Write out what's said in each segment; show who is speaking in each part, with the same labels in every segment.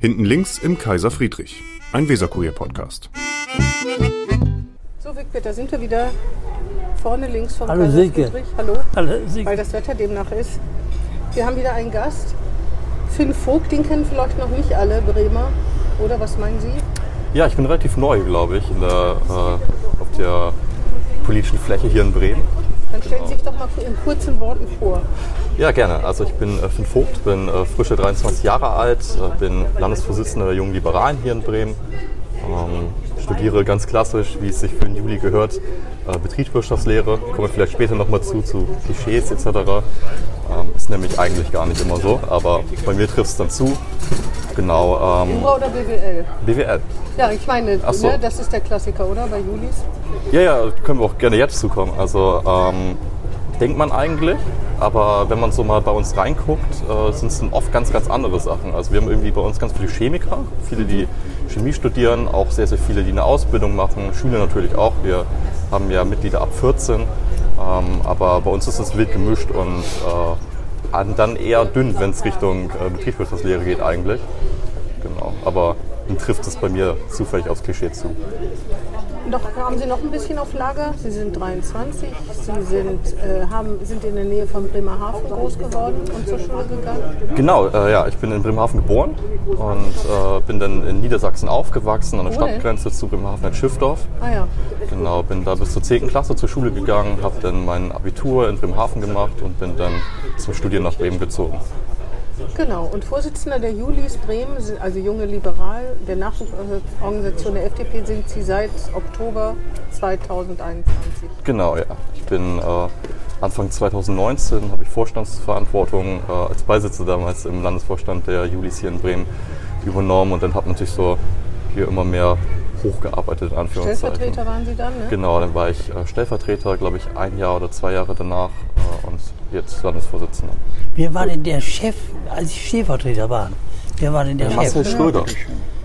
Speaker 1: Hinten links im Kaiser Friedrich, ein Weserkurier-Podcast.
Speaker 2: So, Wigbert, da sind wir wieder vorne links vom
Speaker 3: Hallo,
Speaker 2: Kaiser
Speaker 3: Silke.
Speaker 2: Friedrich. Hallo,
Speaker 3: Alle Sie,
Speaker 2: weil das Wetter demnach ist. Wir haben wieder einen Gast, Finn Vogt, den kennen vielleicht noch nicht alle Bremer. Oder was meinen Sie?
Speaker 4: Ja, ich bin relativ neu, glaube ich, in der, äh, auf der politischen Fläche hier in Bremen.
Speaker 2: Dann stellen Sie sich doch mal in kurzen Worten vor.
Speaker 4: Ja, gerne. Also ich bin äh, Finn Vogt, bin äh, frische 23 Jahre alt, äh, bin Landesvorsitzender der Jungen Liberalen hier in Bremen, ähm, studiere ganz klassisch, wie es sich für den Juli gehört, äh, Betriebswirtschaftslehre. Kommen wir vielleicht später nochmal zu, zu Klischees etc. Ähm, ist nämlich eigentlich gar nicht immer so, aber bei mir trifft es dann zu. Genau, ähm,
Speaker 2: Jura oder BWL?
Speaker 4: BWL.
Speaker 2: Ja, ich meine,
Speaker 4: Ach so.
Speaker 2: ne, das ist der Klassiker, oder? Bei Julis.
Speaker 4: Ja, ja, können wir auch gerne jetzt zukommen. Also ähm, denkt man eigentlich, aber wenn man so mal bei uns reinguckt, äh, sind es dann oft ganz, ganz andere Sachen. Also wir haben irgendwie bei uns ganz viele Chemiker, viele, die Chemie studieren, auch sehr, sehr viele, die eine Ausbildung machen, Schüler natürlich auch. Wir haben ja Mitglieder ab 14, ähm, aber bei uns ist es wild gemischt und äh, an- dann eher dünn, wenn es Richtung äh, Betriebswirtschaftslehre geht eigentlich. Genau, aber dann trifft es bei mir zufällig aufs Klischee zu.
Speaker 2: Noch, haben Sie noch ein bisschen auf Lager? Sie sind 23, Sie sind, äh, haben, sind in der Nähe von Bremerhaven groß geworden und zur Schule gegangen.
Speaker 4: Genau, äh, ja, ich bin in Bremerhaven geboren und äh, bin dann in Niedersachsen aufgewachsen, an der
Speaker 2: Wo denn?
Speaker 4: Stadtgrenze zu Bremerhaven in Schiffdorf.
Speaker 2: Ah ja,
Speaker 4: Genau, bin da bis zur 10. Klasse zur Schule gegangen, habe dann mein Abitur in Bremerhaven gemacht und bin dann zum Studieren nach Bremen gezogen.
Speaker 2: Genau, und Vorsitzender der Julis Bremen, sind- also junge Liberal, der Nachwuchsorganisation der FDP, sind Sie seit Oktober 2021.
Speaker 4: Genau, ja. Ich bin äh, Anfang 2019 habe ich Vorstandsverantwortung äh, als Beisitzer damals im Landesvorstand der Julis hier in Bremen übernommen und dann habe natürlich so hier immer mehr hochgearbeitet in Anführungszeichen.
Speaker 2: Stellvertreter waren Sie dann, ne?
Speaker 4: Genau, dann war ich äh, Stellvertreter, glaube ich, ein Jahr oder zwei Jahre danach äh, und jetzt Landesvorsitzender.
Speaker 3: wer war denn der Chef, als ich Stellvertreter war? Wer war denn der
Speaker 4: Marcel
Speaker 3: Chef?
Speaker 4: Schröder.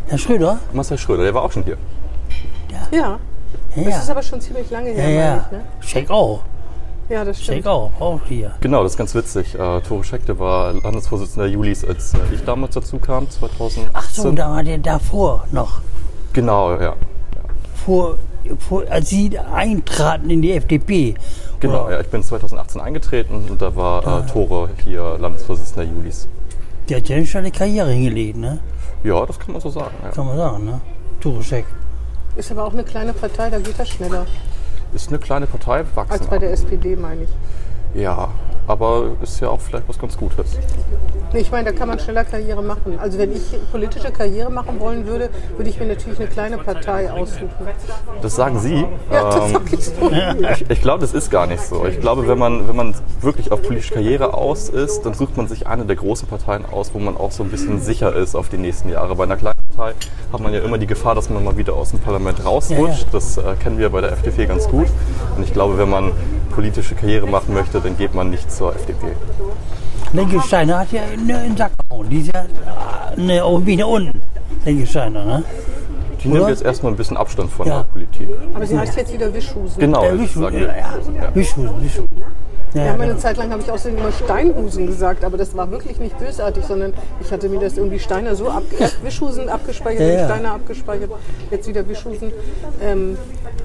Speaker 3: Herr Schröder?
Speaker 4: Marcel Schröder, der war auch schon hier.
Speaker 2: Ja,
Speaker 3: Ja,
Speaker 2: das ist
Speaker 3: ja.
Speaker 2: aber schon ziemlich lange her,
Speaker 3: ja,
Speaker 2: meine
Speaker 3: ja.
Speaker 2: ich, ne?
Speaker 3: Check auch.
Speaker 2: Ja, das
Speaker 3: Check
Speaker 2: stimmt.
Speaker 3: auch. Auch hier.
Speaker 4: Genau, das ist ganz witzig. Äh, Tore Scheck, der war Landesvorsitzender Julis, als äh, ich damals dazu kam, 2018.
Speaker 3: Ach so, da war der davor noch.
Speaker 4: Genau, ja.
Speaker 3: Vor, vor, als Sie eintraten in die FDP.
Speaker 4: Genau,
Speaker 3: Oder-
Speaker 4: ja. Ich bin 2018 eingetreten und da war äh, Tore hier Landesvorsitzender Julis.
Speaker 3: Der hat ja schon eine Karriere hingelegt, ne?
Speaker 4: Ja, das kann man so sagen. Ja.
Speaker 3: Kann man sagen, ne? Turoschek.
Speaker 2: Ist aber auch eine kleine Partei, da geht das schneller
Speaker 4: Ist eine kleine Partei, wachsen.
Speaker 2: als bei der SPD, meine ich.
Speaker 4: ja, aber ist ja auch vielleicht was ganz Gutes.
Speaker 2: Nee, ich meine, da kann man schneller Karriere machen. Also wenn ich politische Karriere machen wollen würde, würde ich mir natürlich eine kleine Partei aussuchen.
Speaker 4: Das sagen Sie.
Speaker 2: Ja, das
Speaker 4: ähm,
Speaker 2: sag ich so.
Speaker 4: Ich, ich glaube, das ist gar nicht so. Ich glaube, wenn man, wenn man wirklich auf politische Karriere aus ist, dann sucht man sich eine der großen Parteien aus, wo man auch so ein bisschen sicher ist auf die nächsten Jahre. Bei einer kleinen Partei hat man ja immer die Gefahr, dass man mal wieder aus dem Parlament rausrutscht.
Speaker 3: Ja, ja.
Speaker 4: Das äh, kennen wir bei der FDP ganz gut. Und ich glaube, wenn man politische Karriere machen möchte, dann geht man nicht zur FDP.
Speaker 3: Lenkelsteiner hat ja in den Sack gehauen. Die ist ja äh, ne, auch wie nach unten. Lenkelsteiner, ne?
Speaker 4: Die nimmt
Speaker 3: Oder?
Speaker 4: jetzt erstmal ein bisschen Abstand von
Speaker 3: Ja.
Speaker 4: der Politik.
Speaker 2: Aber sie heißt jetzt wieder Wischhusen.
Speaker 4: Genau,
Speaker 3: Ja,
Speaker 4: ich
Speaker 3: Wischhusen,
Speaker 4: sage
Speaker 3: ja, ja.
Speaker 4: Ja.
Speaker 3: Wischhusen, Wischhusen. Ja,
Speaker 2: Ja,
Speaker 3: ja,
Speaker 2: meine
Speaker 3: genau.
Speaker 2: Zeit lang habe ich außerdem immer Steinhusen gesagt, aber das war wirklich nicht bösartig, sondern ich hatte mir das irgendwie Steiner so ab, erst Wischhusen abgespeichert,
Speaker 3: Ja,
Speaker 2: dann
Speaker 3: ja.
Speaker 2: Steiner abgespeichert, jetzt wieder Wischhusen. Ähm,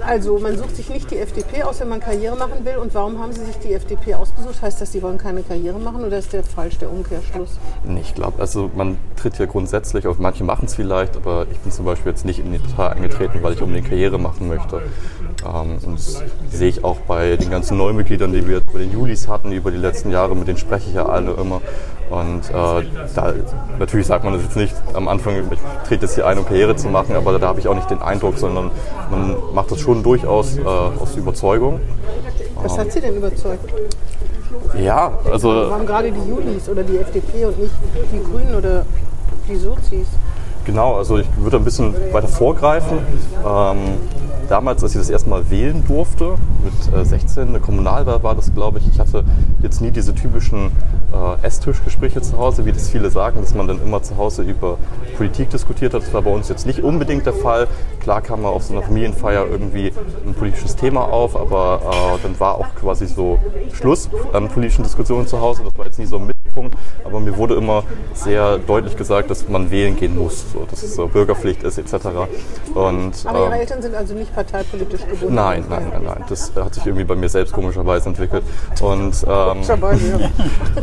Speaker 2: also man sucht sich nicht die FDP aus, wenn man Karriere machen will. Und warum haben Sie sich die FDP ausgesucht? Heißt das, Sie wollen keine Karriere machen oder ist der falsch der Umkehrschluss?
Speaker 4: Nee, ich glaube, also man tritt ja grundsätzlich auf, manche machen es vielleicht, aber ich bin zum Beispiel jetzt nicht in die Partei eingetreten, weil ich unbedingt Karriere machen möchte. Ähm, und das sehe ich auch bei den ganzen Neumitgliedern, die wir jetzt bei den Julis hatten, über die letzten Jahre, mit denen spreche ich ja alle immer. Und äh, da, natürlich sagt man das jetzt nicht am Anfang, ich trete jetzt hier ein, um Karriere zu machen, aber da habe ich auch nicht den Eindruck, sondern man macht das schon durchaus äh, aus Überzeugung.
Speaker 2: Was hat Sie denn überzeugt?
Speaker 4: Ja, also
Speaker 2: Warum gerade die Julis oder die FDP und nicht die Grünen oder die Sozis?
Speaker 4: Genau, also ich würde ein bisschen weiter vorgreifen. Ähm, damals, als ich das erste Mal wählen durfte, mit äh, 16, eine Kommunalwahl war das, glaube ich, ich hatte jetzt nie diese typischen äh, Esstischgespräche zu Hause, wie das viele sagen, dass man dann immer zu Hause über Politik diskutiert hat. Das war bei uns jetzt nicht unbedingt der Fall. Klar kam mal auf so einer Familienfeier irgendwie ein politisches Thema auf, aber äh, dann war auch quasi so Schluss an politischen Diskussionen zu Hause. Das war jetzt nie so mit Absprung. Aber mir wurde immer sehr deutlich gesagt, dass man wählen gehen muss, so, dass es so Bürgerpflicht ist etc. Und,
Speaker 2: Aber Ihre
Speaker 4: ähm,
Speaker 2: Eltern sind also nicht parteipolitisch gebunden?
Speaker 4: Nein, nein, nein, nein. Das hat sich irgendwie bei mir selbst komischerweise entwickelt. Und, ähm,
Speaker 2: Komischerweise,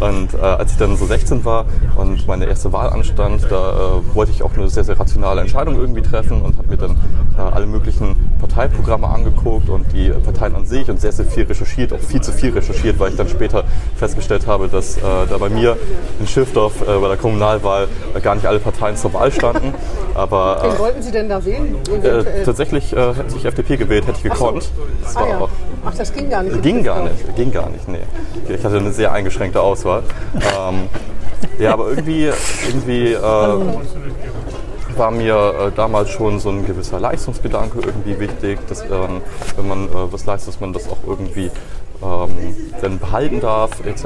Speaker 2: ja.
Speaker 4: und äh, als ich dann so 16 war und meine erste Wahl anstand, da äh, wollte ich auch eine sehr, sehr rationale Entscheidung irgendwie treffen und habe mir dann äh, alle möglichen Parteiprogramme angeguckt und die Parteien an sich und sehr, sehr viel recherchiert, auch viel zu viel recherchiert, weil ich dann später festgestellt habe, dass äh, da bei mir in Schiffdorf äh, bei der Kommunalwahl äh, gar nicht alle Parteien zur Wahl standen. Aber äh,
Speaker 2: Wen wollten Sie denn da wählen?
Speaker 4: äh,
Speaker 2: Eventuell?
Speaker 4: tatsächlich äh, hätte ich FDP gewählt, hätte ich gekonnt. Das war
Speaker 2: ah, ja.
Speaker 4: auch
Speaker 2: Ach, das ging gar nicht.
Speaker 4: Ging gar nicht, ging gar nicht, nee. Ich hatte eine sehr eingeschränkte Auswahl. ähm, ja, aber irgendwie, irgendwie äh, war mir äh, damals schon so ein gewisser Leistungsgedanke irgendwie wichtig, dass ähm, wenn man äh, was leistet, dass man das auch irgendwie ähm, dann behalten darf etc.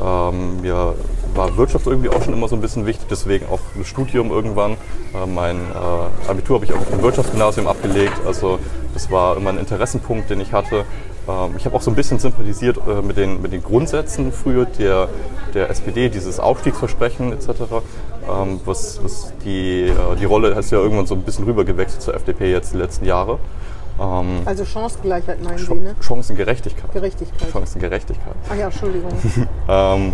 Speaker 4: Ähm, mir war Wirtschaft irgendwie auch schon immer so ein bisschen wichtig, deswegen auch das Studium irgendwann. Äh, mein äh, Abitur habe ich auch auf dem Wirtschaftsgymnasium abgelegt, also das war immer ein Interessenpunkt, den ich hatte. Ähm, Ich habe auch so ein bisschen sympathisiert äh, mit den, mit den Grundsätzen früher der, der SPD, dieses Aufstiegsversprechen etc., ähm, was, was die, äh, die Rolle ist ja irgendwann so ein bisschen rübergewechselt zur FDP jetzt die letzten Jahre. Ähm,
Speaker 2: Also Chancengleichheit meinen Sie, ne?
Speaker 4: Chancengerechtigkeit.
Speaker 2: Gerechtigkeit.
Speaker 4: Chancengerechtigkeit.
Speaker 2: Ach ja, Entschuldigung.
Speaker 4: Ähm,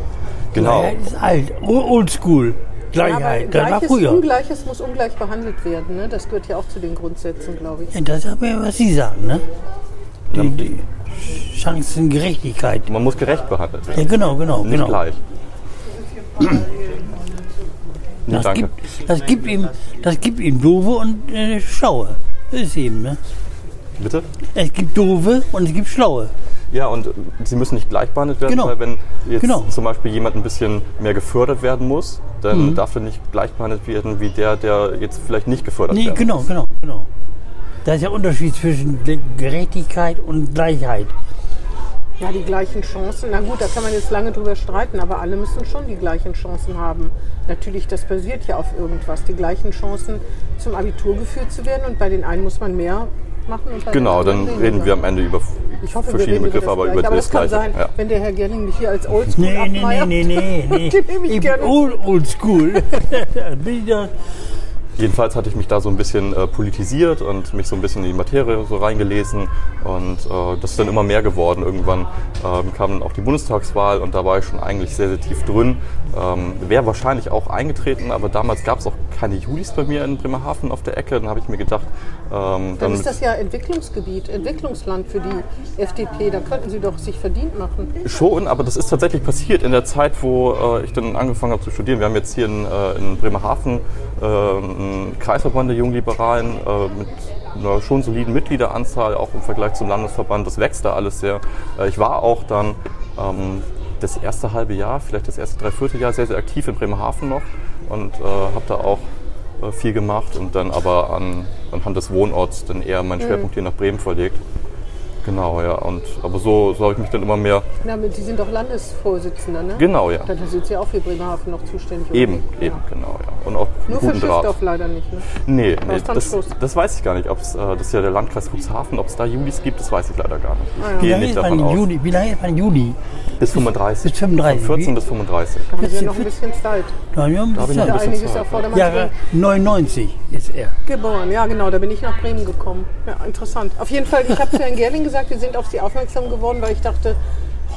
Speaker 4: genau.
Speaker 3: Gleichheit ist alt, o- oldschool. Gleichheit, das war
Speaker 2: Gleiches,
Speaker 3: früher.
Speaker 2: Ungleiches muss ungleich behandelt werden. Ne? Das gehört ja auch zu den Grundsätzen, glaube ich.
Speaker 3: Ja, das ist aber, was Sie sagen, ne? Die, die Chancengerechtigkeit.
Speaker 4: Man muss gerecht behandelt werden.
Speaker 3: Ja, genau, genau,
Speaker 4: Nicht
Speaker 3: genau.
Speaker 4: gleich. nee,
Speaker 3: Das
Speaker 4: danke.
Speaker 3: gibt, das gibt ihm, das gibt ihm doofe und äh, schlaue. Das ist eben, ne?
Speaker 4: Bitte?
Speaker 3: Es gibt doofe und es gibt schlaue.
Speaker 4: Ja, und äh, sie müssen nicht gleich behandelt werden,
Speaker 3: Genau.
Speaker 4: weil wenn jetzt
Speaker 3: Genau.
Speaker 4: zum Beispiel jemand ein bisschen mehr gefördert werden muss, dann
Speaker 3: Mhm.
Speaker 4: darf er nicht gleich behandelt werden wie der, der jetzt vielleicht nicht gefördert
Speaker 3: Nee,
Speaker 4: werden
Speaker 3: genau, genau, genau. Da ist der Unterschied zwischen Ge- Gerechtigkeit und Gleichheit.
Speaker 2: Ja, die gleichen Chancen. Na gut, da kann man jetzt lange drüber streiten, aber alle müssen schon die gleichen Chancen haben. Natürlich, das basiert ja auf irgendwas. Die gleichen Chancen, zum Abitur geführt zu werden. Und bei den einen muss man mehr machen. Und bei den
Speaker 4: Genau,
Speaker 2: anderen
Speaker 4: dann reden wir am Ende über
Speaker 2: Ich hoffe, wir reden
Speaker 4: verschiedene
Speaker 2: über
Speaker 4: Begriffe,
Speaker 2: das
Speaker 4: aber
Speaker 2: Gleiche.
Speaker 4: über
Speaker 2: aber
Speaker 4: das
Speaker 2: das kann
Speaker 4: Gleiche.
Speaker 2: sein,
Speaker 4: ja.
Speaker 2: wenn der Herr Gerling mich hier als Oldschool
Speaker 3: Nee, nee, nee,
Speaker 2: abmeiert.
Speaker 3: nee, nee, nee.
Speaker 2: Den nehme ich
Speaker 3: Eben
Speaker 2: gerne.
Speaker 3: Old, old school. Da bin ich da-
Speaker 4: Jedenfalls hatte ich mich da so ein bisschen äh, politisiert und mich so ein bisschen in die Materie so reingelesen und äh, das ist dann immer mehr geworden. Irgendwann ähm, kam dann auch die Bundestagswahl und da war ich schon eigentlich sehr, sehr tief drin. Ähm, Wäre wahrscheinlich auch eingetreten, aber damals gab es auch keine Julis bei mir in Bremerhaven auf der Ecke. Dann habe ich mir gedacht, ähm,
Speaker 2: Dann
Speaker 4: dann
Speaker 2: ist das ja Entwicklungsgebiet, Entwicklungsland für die FDP. Da könnten sie doch sich verdient machen.
Speaker 4: Schon, aber das ist tatsächlich passiert in der Zeit, wo äh, ich dann angefangen habe zu studieren. Wir haben jetzt hier in, äh, in Bremerhaven äh, einen Kreisverband der Jungliberalen äh, mit einer schon soliden Mitgliederanzahl, auch im Vergleich zum Landesverband. Das wächst da alles sehr. Äh, ich war auch dann ähm, das erste halbe Jahr, vielleicht das erste Dreivierteljahr sehr, sehr aktiv in Bremerhaven noch und äh, habe da auch äh, viel gemacht und dann aber an, anhand des Wohnorts dann eher meinen Schwerpunkt hier nach Bremen verlegt. Genau, ja. Und, aber so, so habe ich mich dann immer mehr
Speaker 2: Na, aber Sie sind doch Landesvorsitzender, ne?
Speaker 4: Genau, ja.
Speaker 2: Dann sind Sie auch für Bremerhaven noch zuständig. oder
Speaker 4: Eben,
Speaker 2: nicht?
Speaker 4: eben,
Speaker 2: Ja.
Speaker 4: genau, ja. Und auch
Speaker 2: Nur für
Speaker 4: guten Draht.
Speaker 2: Schiffdorf leider nicht, ne?
Speaker 4: Nee, nee
Speaker 2: ist dann
Speaker 4: das,
Speaker 2: Schluss.
Speaker 4: das weiß ich gar nicht. Ob's, äh, das ist ja der Landkreis Cuxhaven, ob es da Julis gibt, das weiß ich leider gar
Speaker 2: Ah,
Speaker 4: nicht. Ich
Speaker 3: Wie
Speaker 4: gehe
Speaker 3: lange
Speaker 4: nicht
Speaker 3: ist man
Speaker 4: davon
Speaker 3: in
Speaker 4: aus.
Speaker 3: Juni? Wie lange ist man in Juni?
Speaker 4: Bis 35.
Speaker 3: Bis 35, wie?
Speaker 4: Von 14 bis 35.
Speaker 2: Da haben Sie ja noch ein
Speaker 3: 14.
Speaker 2: bisschen Zeit.
Speaker 3: Da haben wir ein
Speaker 4: Da bin ich
Speaker 3: bisschen
Speaker 4: ein
Speaker 2: Da
Speaker 4: bisschen
Speaker 2: einiges
Speaker 4: Zeit,
Speaker 2: auf
Speaker 4: ja.
Speaker 2: Vordermann
Speaker 3: Jahre
Speaker 2: bringt.
Speaker 3: 99 ist er.
Speaker 2: Geboren, ja genau, da bin ich nach Bremen gekommen. Ja, interessant. Auf jeden Fall, ich habe zu Herrn Gerling gesagt, wir sind auf Sie aufmerksam geworden, weil ich dachte,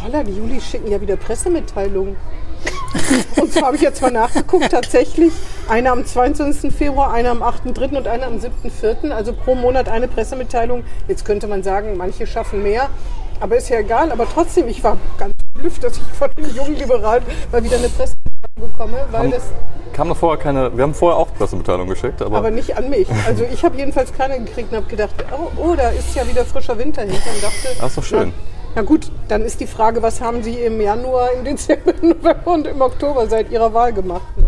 Speaker 2: holla, die Juli schicken ja wieder Pressemitteilungen. und zwar habe ich jetzt mal nachgeguckt, tatsächlich einer am 22. Februar, einer am 8.3. und einer am 7.4. Also pro Monat eine Pressemitteilung. Jetzt könnte man sagen, manche schaffen mehr, aber ist ja egal. Aber trotzdem, ich war ganz verblüfft, dass ich von den jungen Liberalen mal wieder eine Pressemitteilung bekomme, weil das
Speaker 4: Kam noch vorher keine. Wir haben vorher auch Pressemitteilung geschickt, aber,
Speaker 2: aber nicht an mich. Also ich habe jedenfalls keine gekriegt und habe gedacht, oh, oh, da ist ja wieder frischer Winter hinter. Und dachte,
Speaker 4: das Ah, ist doch schön.
Speaker 2: na gut, dann ist die Frage, was haben Sie im Januar, im Dezember, im November und im Oktober seit Ihrer Wahl gemacht? Ne?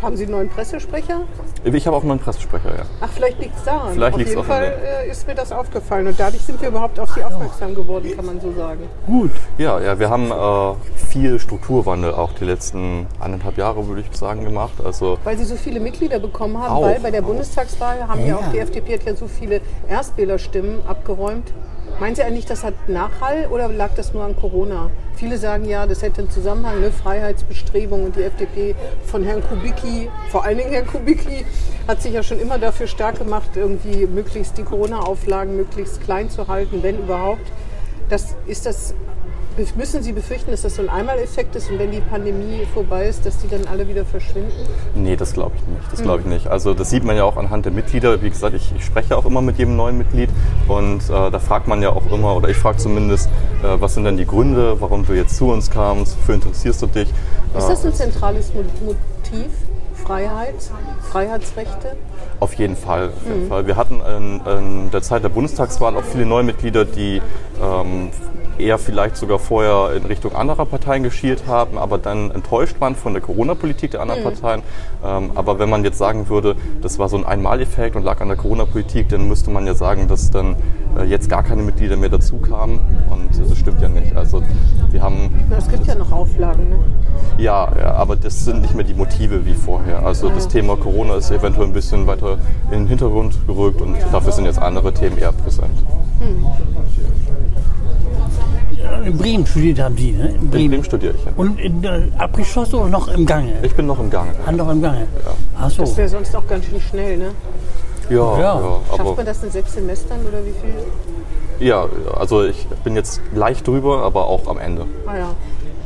Speaker 2: Haben Sie einen neuen Pressesprecher?
Speaker 4: Ich habe auch noch einen Pressesprecher, ja.
Speaker 2: Ach, vielleicht liegt es daran.
Speaker 4: Vielleicht
Speaker 2: auf
Speaker 4: liegt's
Speaker 2: jeden
Speaker 4: auch an
Speaker 2: Fall äh, ist mir das aufgefallen und dadurch sind wir überhaupt auf Sie aufmerksam geworden, kann man so sagen.
Speaker 3: Gut.
Speaker 4: Ja, ja, wir haben äh, viel Strukturwandel auch die letzten anderthalb Jahre, würde ich sagen, gemacht. Also
Speaker 2: Weil Sie so viele Mitglieder bekommen haben,
Speaker 4: Auch.
Speaker 2: weil bei der Bundestagswahl haben ja
Speaker 3: Ja.
Speaker 2: auch die FDP hat ja so viele Erstwählerstimmen abgeräumt. Meinen Sie eigentlich, das hat Nachhall oder lag das nur an Corona? Viele sagen ja, das hätte einen Zusammenhang, ne? Freiheitsbestrebung und die FDP von Herrn Kubicki, vor allen Dingen Herr Kubicki, hat sich ja schon immer dafür stark gemacht, irgendwie möglichst die Corona-Auflagen möglichst klein zu halten, wenn überhaupt. Das, ist das, müssen Sie befürchten, dass das so ein Einmaleffekt ist und wenn die Pandemie vorbei ist, dass die dann alle wieder verschwinden?
Speaker 4: Nee, das glaube ich nicht. Das glaube ich nicht. Also das sieht man ja auch anhand der Mitglieder. Wie gesagt, ich, ich spreche auch immer mit jedem neuen Mitglied und äh, da fragt man ja auch immer, oder ich frage zumindest, äh, was sind denn die Gründe, warum du jetzt zu uns kamst, wofür interessierst du dich?
Speaker 2: Ist
Speaker 4: Äh,
Speaker 2: das ein zentrales Mo- Motiv? Freiheit, Freiheitsrechte?
Speaker 4: Auf jeden Fall. Auf jeden Fall. Wir hatten in, in der Zeit der Bundestagswahl auch viele neue Mitglieder, die ähm, eher vielleicht sogar vorher in Richtung anderer Parteien geschielt haben, aber dann enttäuscht waren von der Corona-Politik der anderen Parteien. Ähm, aber wenn man jetzt sagen würde, das war so ein Einmaleffekt und lag an der Corona-Politik, dann müsste man ja sagen, dass dann äh, jetzt gar keine Mitglieder mehr dazu kamen. Und das stimmt ja nicht. Also wir haben
Speaker 2: Na, es gibt ja noch Auflagen. Ne?
Speaker 4: ja, ja, aber das sind nicht mehr die Motive wie vorher. Also das Thema Corona ist eventuell ein bisschen weiter in den Hintergrund gerückt und dafür sind jetzt andere Themen eher präsent.
Speaker 3: In Bremen studiert haben Sie, ne? In
Speaker 4: In Bremen studiere ich. Ja.
Speaker 3: Und in, äh, abgeschlossen oder noch im Gange?
Speaker 4: Ich bin noch im Gang.
Speaker 3: Ah, noch im Gange. Ach so.
Speaker 4: Oh.
Speaker 2: Das wäre sonst auch ganz schön schnell. Ne?
Speaker 4: Ja, ja.
Speaker 2: Schafft man
Speaker 4: aber
Speaker 2: das in sechs Semestern oder wie viel?
Speaker 4: ja, also ich bin jetzt leicht drüber, aber auch am Ende.
Speaker 2: Ah ja.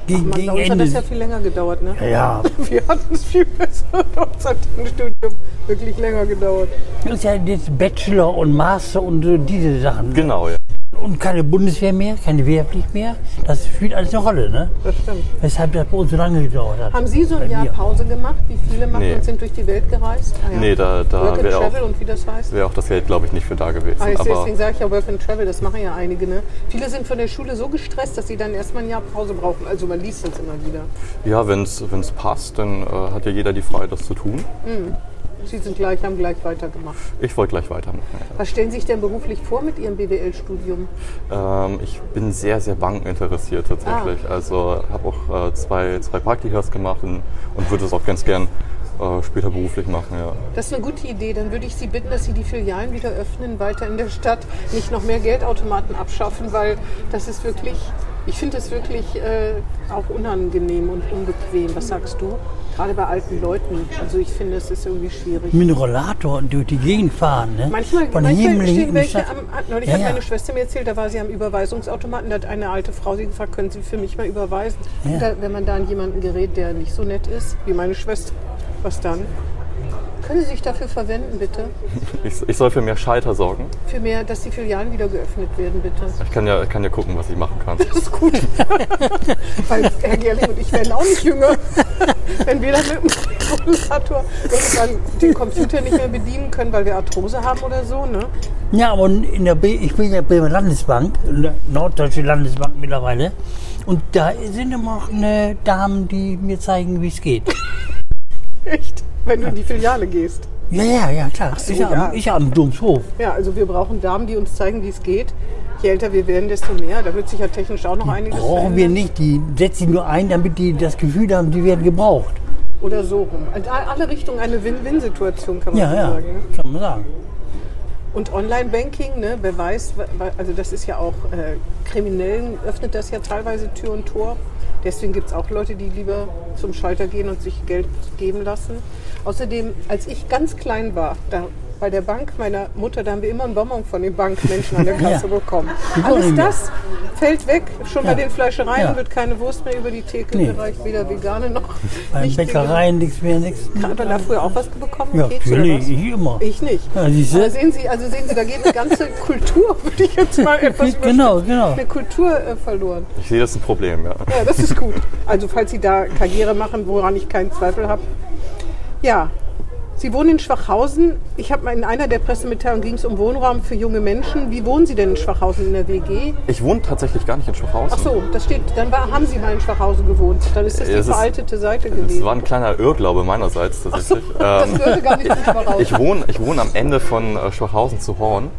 Speaker 3: Gegen,
Speaker 2: Man, bei
Speaker 3: gegen
Speaker 2: uns hat das ja
Speaker 3: Ende.
Speaker 2: viel länger gedauert, ne?
Speaker 3: Ja,
Speaker 2: Wir hatten es viel besser. Bei uns hat ein Studium wirklich länger gedauert.
Speaker 3: das ist ja jetzt Bachelor und Master und so diese Sachen.
Speaker 4: Genau, ja.
Speaker 3: Und keine Bundeswehr mehr, keine Wehrpflicht mehr. Das spielt alles eine Rolle, ne?
Speaker 2: Das stimmt.
Speaker 3: Weshalb das bei uns so lange gedauert hat.
Speaker 2: Haben Sie so
Speaker 3: Bei
Speaker 2: ein Jahr
Speaker 3: mir.
Speaker 2: Pause gemacht? Wie viele machen
Speaker 4: Nee.
Speaker 2: und sind durch die Welt gereist? Ah, ja.
Speaker 4: Nee, da, da
Speaker 2: Work and
Speaker 4: wäre
Speaker 2: Travel
Speaker 4: auch,
Speaker 2: und wie das heißt?
Speaker 4: wär auch das Geld, glaube ich, nicht für da gewesen.
Speaker 2: Ah, ich,
Speaker 4: aber
Speaker 2: deswegen sage ich ja Work and Travel, das machen ja einige. Ne? Viele sind von der Schule so gestresst, dass sie dann erstmal ein Jahr Pause brauchen. Also man liest das immer wieder.
Speaker 4: ja, wenn es passt, dann äh, hat ja jeder die Freiheit, das zu tun.
Speaker 2: Sie sind gleich, haben gleich weitergemacht.
Speaker 4: Ich wollte gleich weitermachen. Ja.
Speaker 2: Was stellen Sie sich denn beruflich vor mit Ihrem BWL-Studium?
Speaker 4: Ähm, ich bin sehr, sehr bankeninteressiert tatsächlich.
Speaker 2: Ah.
Speaker 4: Also habe auch äh, zwei, zwei Praktikas gemacht und, und würde es auch ganz gern äh, später beruflich machen. Ja.
Speaker 2: Das ist eine gute Idee. Dann würde ich Sie bitten, dass Sie die Filialen wieder öffnen, weiter in der Stadt, nicht noch mehr Geldautomaten abschaffen, weil das ist wirklich, ich finde es wirklich äh, auch unangenehm und unbequem. Was sagst du? Gerade bei alten Leuten. Also ich finde, es ist irgendwie schwierig.
Speaker 3: Mit dem Rollator und durch die Gegend fahren, ne?
Speaker 2: Manchmal,
Speaker 3: Von
Speaker 2: manchmal
Speaker 3: Himmel
Speaker 2: stehen
Speaker 3: hinten
Speaker 2: welche
Speaker 3: Stadt.
Speaker 2: am, hat- neulich
Speaker 3: Ja,
Speaker 2: hat
Speaker 3: ja.
Speaker 2: meine Schwester mir erzählt, da war sie am Überweisungsautomaten, da hat eine alte Frau sie gefragt, können Sie für mich mal überweisen?
Speaker 3: Ja.
Speaker 2: Da, wenn man da an jemanden gerät, der nicht so nett ist, wie meine Schwester, was dann? Können Sie sich dafür verwenden, bitte?
Speaker 4: Ich, ich soll für mehr Scheiter sorgen.
Speaker 2: Für mehr, dass die Filialen wieder geöffnet werden, bitte.
Speaker 4: Ich kann ja, ich kann ja gucken, was ich machen kann.
Speaker 2: Das ist gut. Weil Herr Gerling und ich werden auch nicht jünger, wenn wir dann mit dem Rollator irgendwann den Computer nicht mehr bedienen können, weil wir Arthrose haben oder so, ne?
Speaker 3: Ja, und in der B ich bin in der Bremer Landesbank, in der Norddeutsche Landesbank mittlerweile. Und da sind immer noch ne Damen, die mir zeigen, wie es geht.
Speaker 2: Echt? Wenn du in die Filiale gehst.
Speaker 3: Ja, ja, ja, klar. ich,
Speaker 2: ja.
Speaker 3: Am, ich am Domshof.
Speaker 2: Ja, also wir brauchen Damen, die uns zeigen, wie es geht. Je älter wir werden, desto mehr. Da wird sich ja technisch auch noch einiges
Speaker 3: Brauchen wir
Speaker 2: verändern.
Speaker 3: nicht. Die setzen die nur ein, damit die das Gefühl haben, die werden gebraucht.
Speaker 2: Oder so rum. Also alle Richtungen eine Win-Win-Situation, kann man
Speaker 3: Ja,
Speaker 2: so
Speaker 3: ja,
Speaker 2: sagen. ne?
Speaker 3: kann man sagen.
Speaker 2: Und Online-Banking, ne, wer weiß, wa- wa- also das ist ja auch, äh, Kriminellen öffnet das ja teilweise Tür und Tor. Deswegen gibt es auch Leute, die lieber zum Schalter gehen und sich Geld geben lassen. Außerdem, als ich ganz klein war, da bei der Bank meiner Mutter, da haben wir immer einen Bonbon von den Bankmenschen an der Kasse
Speaker 3: Ja.
Speaker 2: bekommen.
Speaker 3: Die
Speaker 2: Alles
Speaker 3: wollen wir.
Speaker 2: das fällt weg. Schon bei
Speaker 3: Ja.
Speaker 2: den Fleischereien
Speaker 3: Ja.
Speaker 2: wird keine Wurst mehr über die Theke
Speaker 3: Nee.
Speaker 2: gereicht, weder vegane noch
Speaker 3: Bei
Speaker 2: nicht
Speaker 3: Bäckereien nichts mehr, nichts.
Speaker 2: vegane. Hat man da früher auch was bekommen?
Speaker 3: Ja,
Speaker 2: Keks oder
Speaker 3: natürlich,
Speaker 2: was?
Speaker 3: ich immer.
Speaker 2: Ich nicht.
Speaker 3: Ja, siehste.
Speaker 2: Aber sehen Sie, also sehen Sie, da geht eine ganze Kultur, würde ich jetzt mal etwas
Speaker 3: Genau,
Speaker 2: überspitzen,
Speaker 3: genau.
Speaker 2: Eine Kultur äh, verloren.
Speaker 4: Ich sehe, das ist ein Problem. Ja.
Speaker 2: Ja, das ist gut. Also falls Sie da Karriere machen, woran ich keinen Zweifel habe. Ja, Sie wohnen in Schwachhausen. Ich habe mal in einer der Pressemitteilungen ging es um Wohnraum für junge Menschen. Wie wohnen Sie denn in Schwachhausen in der WG?
Speaker 4: Ich wohne tatsächlich gar nicht in Schwachhausen.
Speaker 2: Ach so, das steht. Dann war, haben Sie mal in Schwachhausen gewohnt. Dann ist das die
Speaker 4: Es ist-
Speaker 2: veraltete Seite
Speaker 4: Das
Speaker 2: gewesen.
Speaker 4: war ein kleiner Irrglaube meinerseits tatsächlich. Ähm,
Speaker 2: Das gehörte gar nicht zu Schwachhausen.
Speaker 4: ich, wohne, ich wohne am Ende von äh, Schwachhausen zu Horn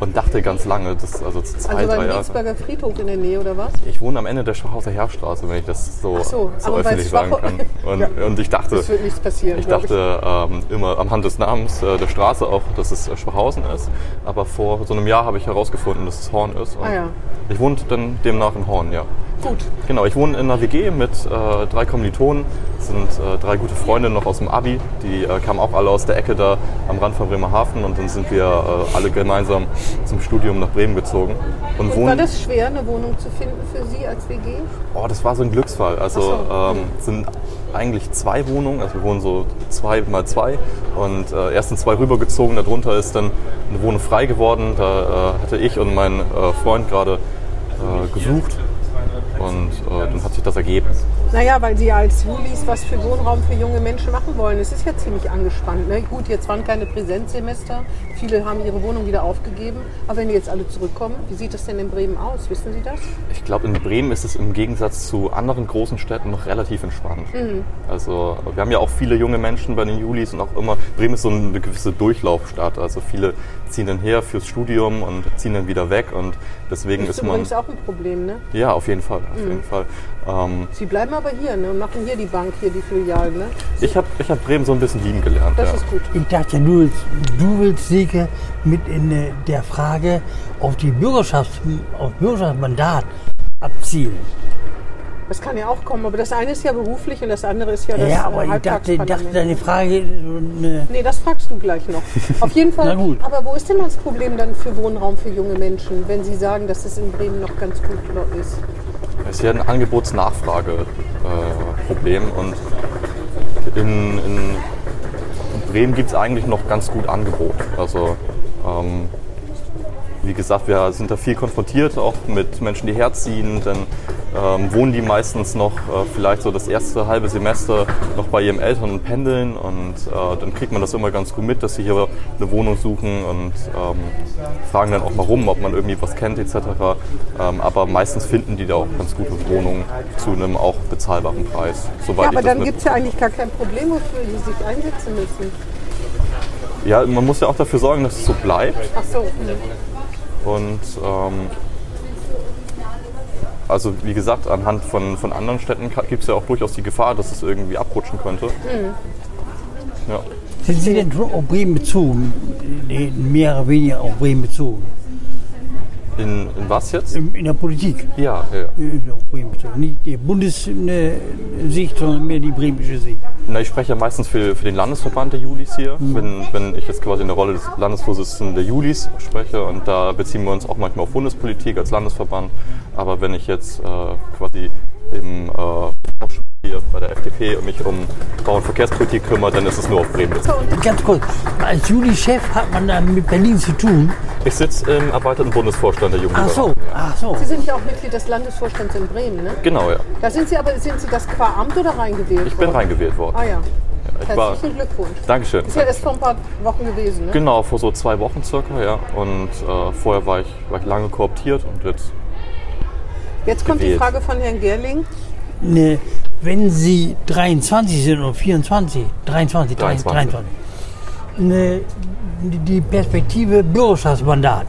Speaker 4: und dachte ganz lange, das, also zu zwei,
Speaker 2: Mhm. Also
Speaker 4: drei
Speaker 2: beim
Speaker 4: Jahren.
Speaker 2: Dienstberger Friedhof in der Nähe oder was?
Speaker 4: Ich wohne am Ende der Schwachhauser Heerstraße, wenn ich das so,
Speaker 2: Ach so,
Speaker 4: so
Speaker 2: aber weil's
Speaker 4: öffentlich sagen
Speaker 2: Schwachau-
Speaker 4: kann. Und, und ich dachte,
Speaker 2: Es wird nichts passieren.
Speaker 4: Ich
Speaker 2: glaub
Speaker 4: dachte, ähm, immer anhand des Namens äh, der Straße auch, dass es äh, Schwachhausen ist. Aber vor so einem Jahr habe ich herausgefunden, dass es Horn ist. Und
Speaker 2: Ah ja.
Speaker 4: Ich wohne dann demnach in Horn, ja.
Speaker 2: Gut.
Speaker 4: Genau, ich wohne in einer WG mit äh, drei Kommilitonen, Das sind äh, drei gute Freunde noch aus dem Abi, die äh, kamen auch alle aus der Ecke da am Rand von Bremerhaven und dann sind wir äh, alle gemeinsam zum Studium nach Bremen gezogen und,
Speaker 2: Und war
Speaker 4: wohnen.
Speaker 2: das schwer, eine Wohnung zu finden für Sie als WG?
Speaker 4: Oh, das war so ein Glücksfall. Also
Speaker 2: Ach so.
Speaker 4: ähm, sind eigentlich zwei Wohnungen, also wir wohnen so zwei mal zwei und äh, erst sind zwei rübergezogen, darunter ist dann eine Wohnung frei geworden. Da äh, hatte ich und mein äh, Freund gerade äh, gesucht und äh, dann hat sich das ergeben.
Speaker 2: Naja, weil Sie ja als Julis was für Wohnraum für junge Menschen machen wollen. Es ist ja ziemlich angespannt. Ne? Gut, jetzt waren keine Präsenzsemester. Viele haben ihre Wohnung wieder aufgegeben. Aber wenn die jetzt alle zurückkommen, wie sieht das denn in Bremen aus? Wissen Sie das?
Speaker 4: Ich glaube, in Bremen ist es im Gegensatz zu anderen großen Städten noch relativ entspannt.
Speaker 2: Mhm.
Speaker 4: Also wir haben ja auch viele junge Menschen bei den Julis und auch immer, Bremen ist so eine gewisse Durchlaufstadt. Also viele ziehen dann her fürs Studium und ziehen dann wieder weg und deswegen
Speaker 2: Das ist
Speaker 4: ist man...
Speaker 2: übrigens auch ein Problem. Ne?
Speaker 4: Ja, auf jeden Fall, auf
Speaker 2: Mhm.
Speaker 4: jeden Fall. Ähm,
Speaker 2: Sie bleiben aber hier ne? und machen hier die Bank, hier die Filialen. Ne?
Speaker 4: ich habe ich hab Bremen so ein bisschen lieben gelernt.
Speaker 2: Das
Speaker 4: ja.
Speaker 2: ist gut.
Speaker 3: Ich dachte, du willst, du willst sicher mit in äh, der Frage auf die Bürgerschaft, auf Bürgerschaftsmandat abzielen.
Speaker 2: Das kann ja auch kommen. Aber das eine ist ja beruflich und das andere ist ja das
Speaker 3: ja, aber
Speaker 2: äh,
Speaker 3: ich dachte, ich dachte,
Speaker 2: Halbtagsparlament.
Speaker 3: deine Frage, äh,
Speaker 2: Nee, das fragst du gleich noch. Auf jeden Fall.
Speaker 3: Na gut.
Speaker 2: Aber wo ist denn das Problem dann für Wohnraum für junge Menschen, wenn Sie sagen, dass es in Bremen noch ganz gut ist?
Speaker 4: Es ist ja ein Angebots-Nachfrage-Problem und in, in Bremen gibt es eigentlich noch ganz gut Angebot. Also ähm, wie gesagt, wir sind da viel konfrontiert, auch mit Menschen, die herziehen. Dann ähm, wohnen die meistens noch äh, vielleicht so das erste halbe Semester noch bei ihren Eltern und pendeln. Und äh, dann kriegt man das immer ganz gut mit, dass sie hier eine Wohnung suchen und ähm, fragen dann auch mal rum, ob man irgendwie was kennt etc. Ähm, aber meistens finden die da auch ganz gute Wohnungen zu einem auch bezahlbaren Preis. Soweit
Speaker 2: Ja,
Speaker 4: ich
Speaker 2: aber
Speaker 4: das
Speaker 2: dann
Speaker 4: mit-
Speaker 2: gibt es ja eigentlich gar kein Problem, wofür die sich einsetzen müssen.
Speaker 4: ja, man muss ja auch dafür sorgen, dass es so bleibt.
Speaker 2: Ach so. hm.
Speaker 4: Und ähm, also wie gesagt, anhand von, von anderen Städten gibt es ja auch durchaus die Gefahr, dass es irgendwie abrutschen könnte. Ja.
Speaker 3: sind Sie denn schon auf Bremen bezogen? Nee, mehr oder weniger auf Bremen bezogen.
Speaker 4: In, in was jetzt?
Speaker 3: In, in der Politik.
Speaker 4: Ja, ja.
Speaker 3: äh, Auf Bremen bezogen. Nicht die Bundessicht, sondern mehr die bremische Sicht.
Speaker 4: Na, ich spreche ja meistens für, für den Landesverband der Julis hier.
Speaker 3: Mhm.
Speaker 4: Wenn, wenn ich jetzt quasi in der Rolle des Landesvorsitzenden der Julis spreche und da beziehen wir uns auch manchmal auf Bundespolitik als Landesverband. Aber wenn ich jetzt äh, quasi im äh, Vorstand hier bei der FDP mich um Bau- und Verkehrspolitik kümmere, dann ist es nur auf Bremen bezogen.
Speaker 3: Ganz kurz, als Juli-Chef hat man da mit Berlin zu tun.
Speaker 4: Ich sitze im erweiterten Bundesvorstand der Jugend.
Speaker 3: Ach so, ach so.
Speaker 2: Sie sind ja auch Mitglied des Landesvorstands in Bremen, ne?
Speaker 4: Genau, ja.
Speaker 2: Da sind Sie aber, sind Sie das qua Amt oder reingewählt?
Speaker 4: Ich bin
Speaker 2: worden?
Speaker 4: reingewählt worden.
Speaker 2: Ah ja.
Speaker 4: ich war,
Speaker 2: Herzlichen Glückwunsch.
Speaker 4: Dankeschön.
Speaker 2: Ist ja das vor ein paar Wochen gewesen, ne?
Speaker 4: Genau, vor so zwei Wochen circa, ja. Und äh, vorher war ich, war ich lange kooptiert und jetzt.
Speaker 2: Jetzt kommt die
Speaker 4: gewählt.
Speaker 2: Frage von Herrn Gerling.
Speaker 3: Ne, wenn sie 23 sind oder 24, 23, 23,
Speaker 4: 23.
Speaker 3: Ne, die- die Perspektive Bürgerschaftsmandat,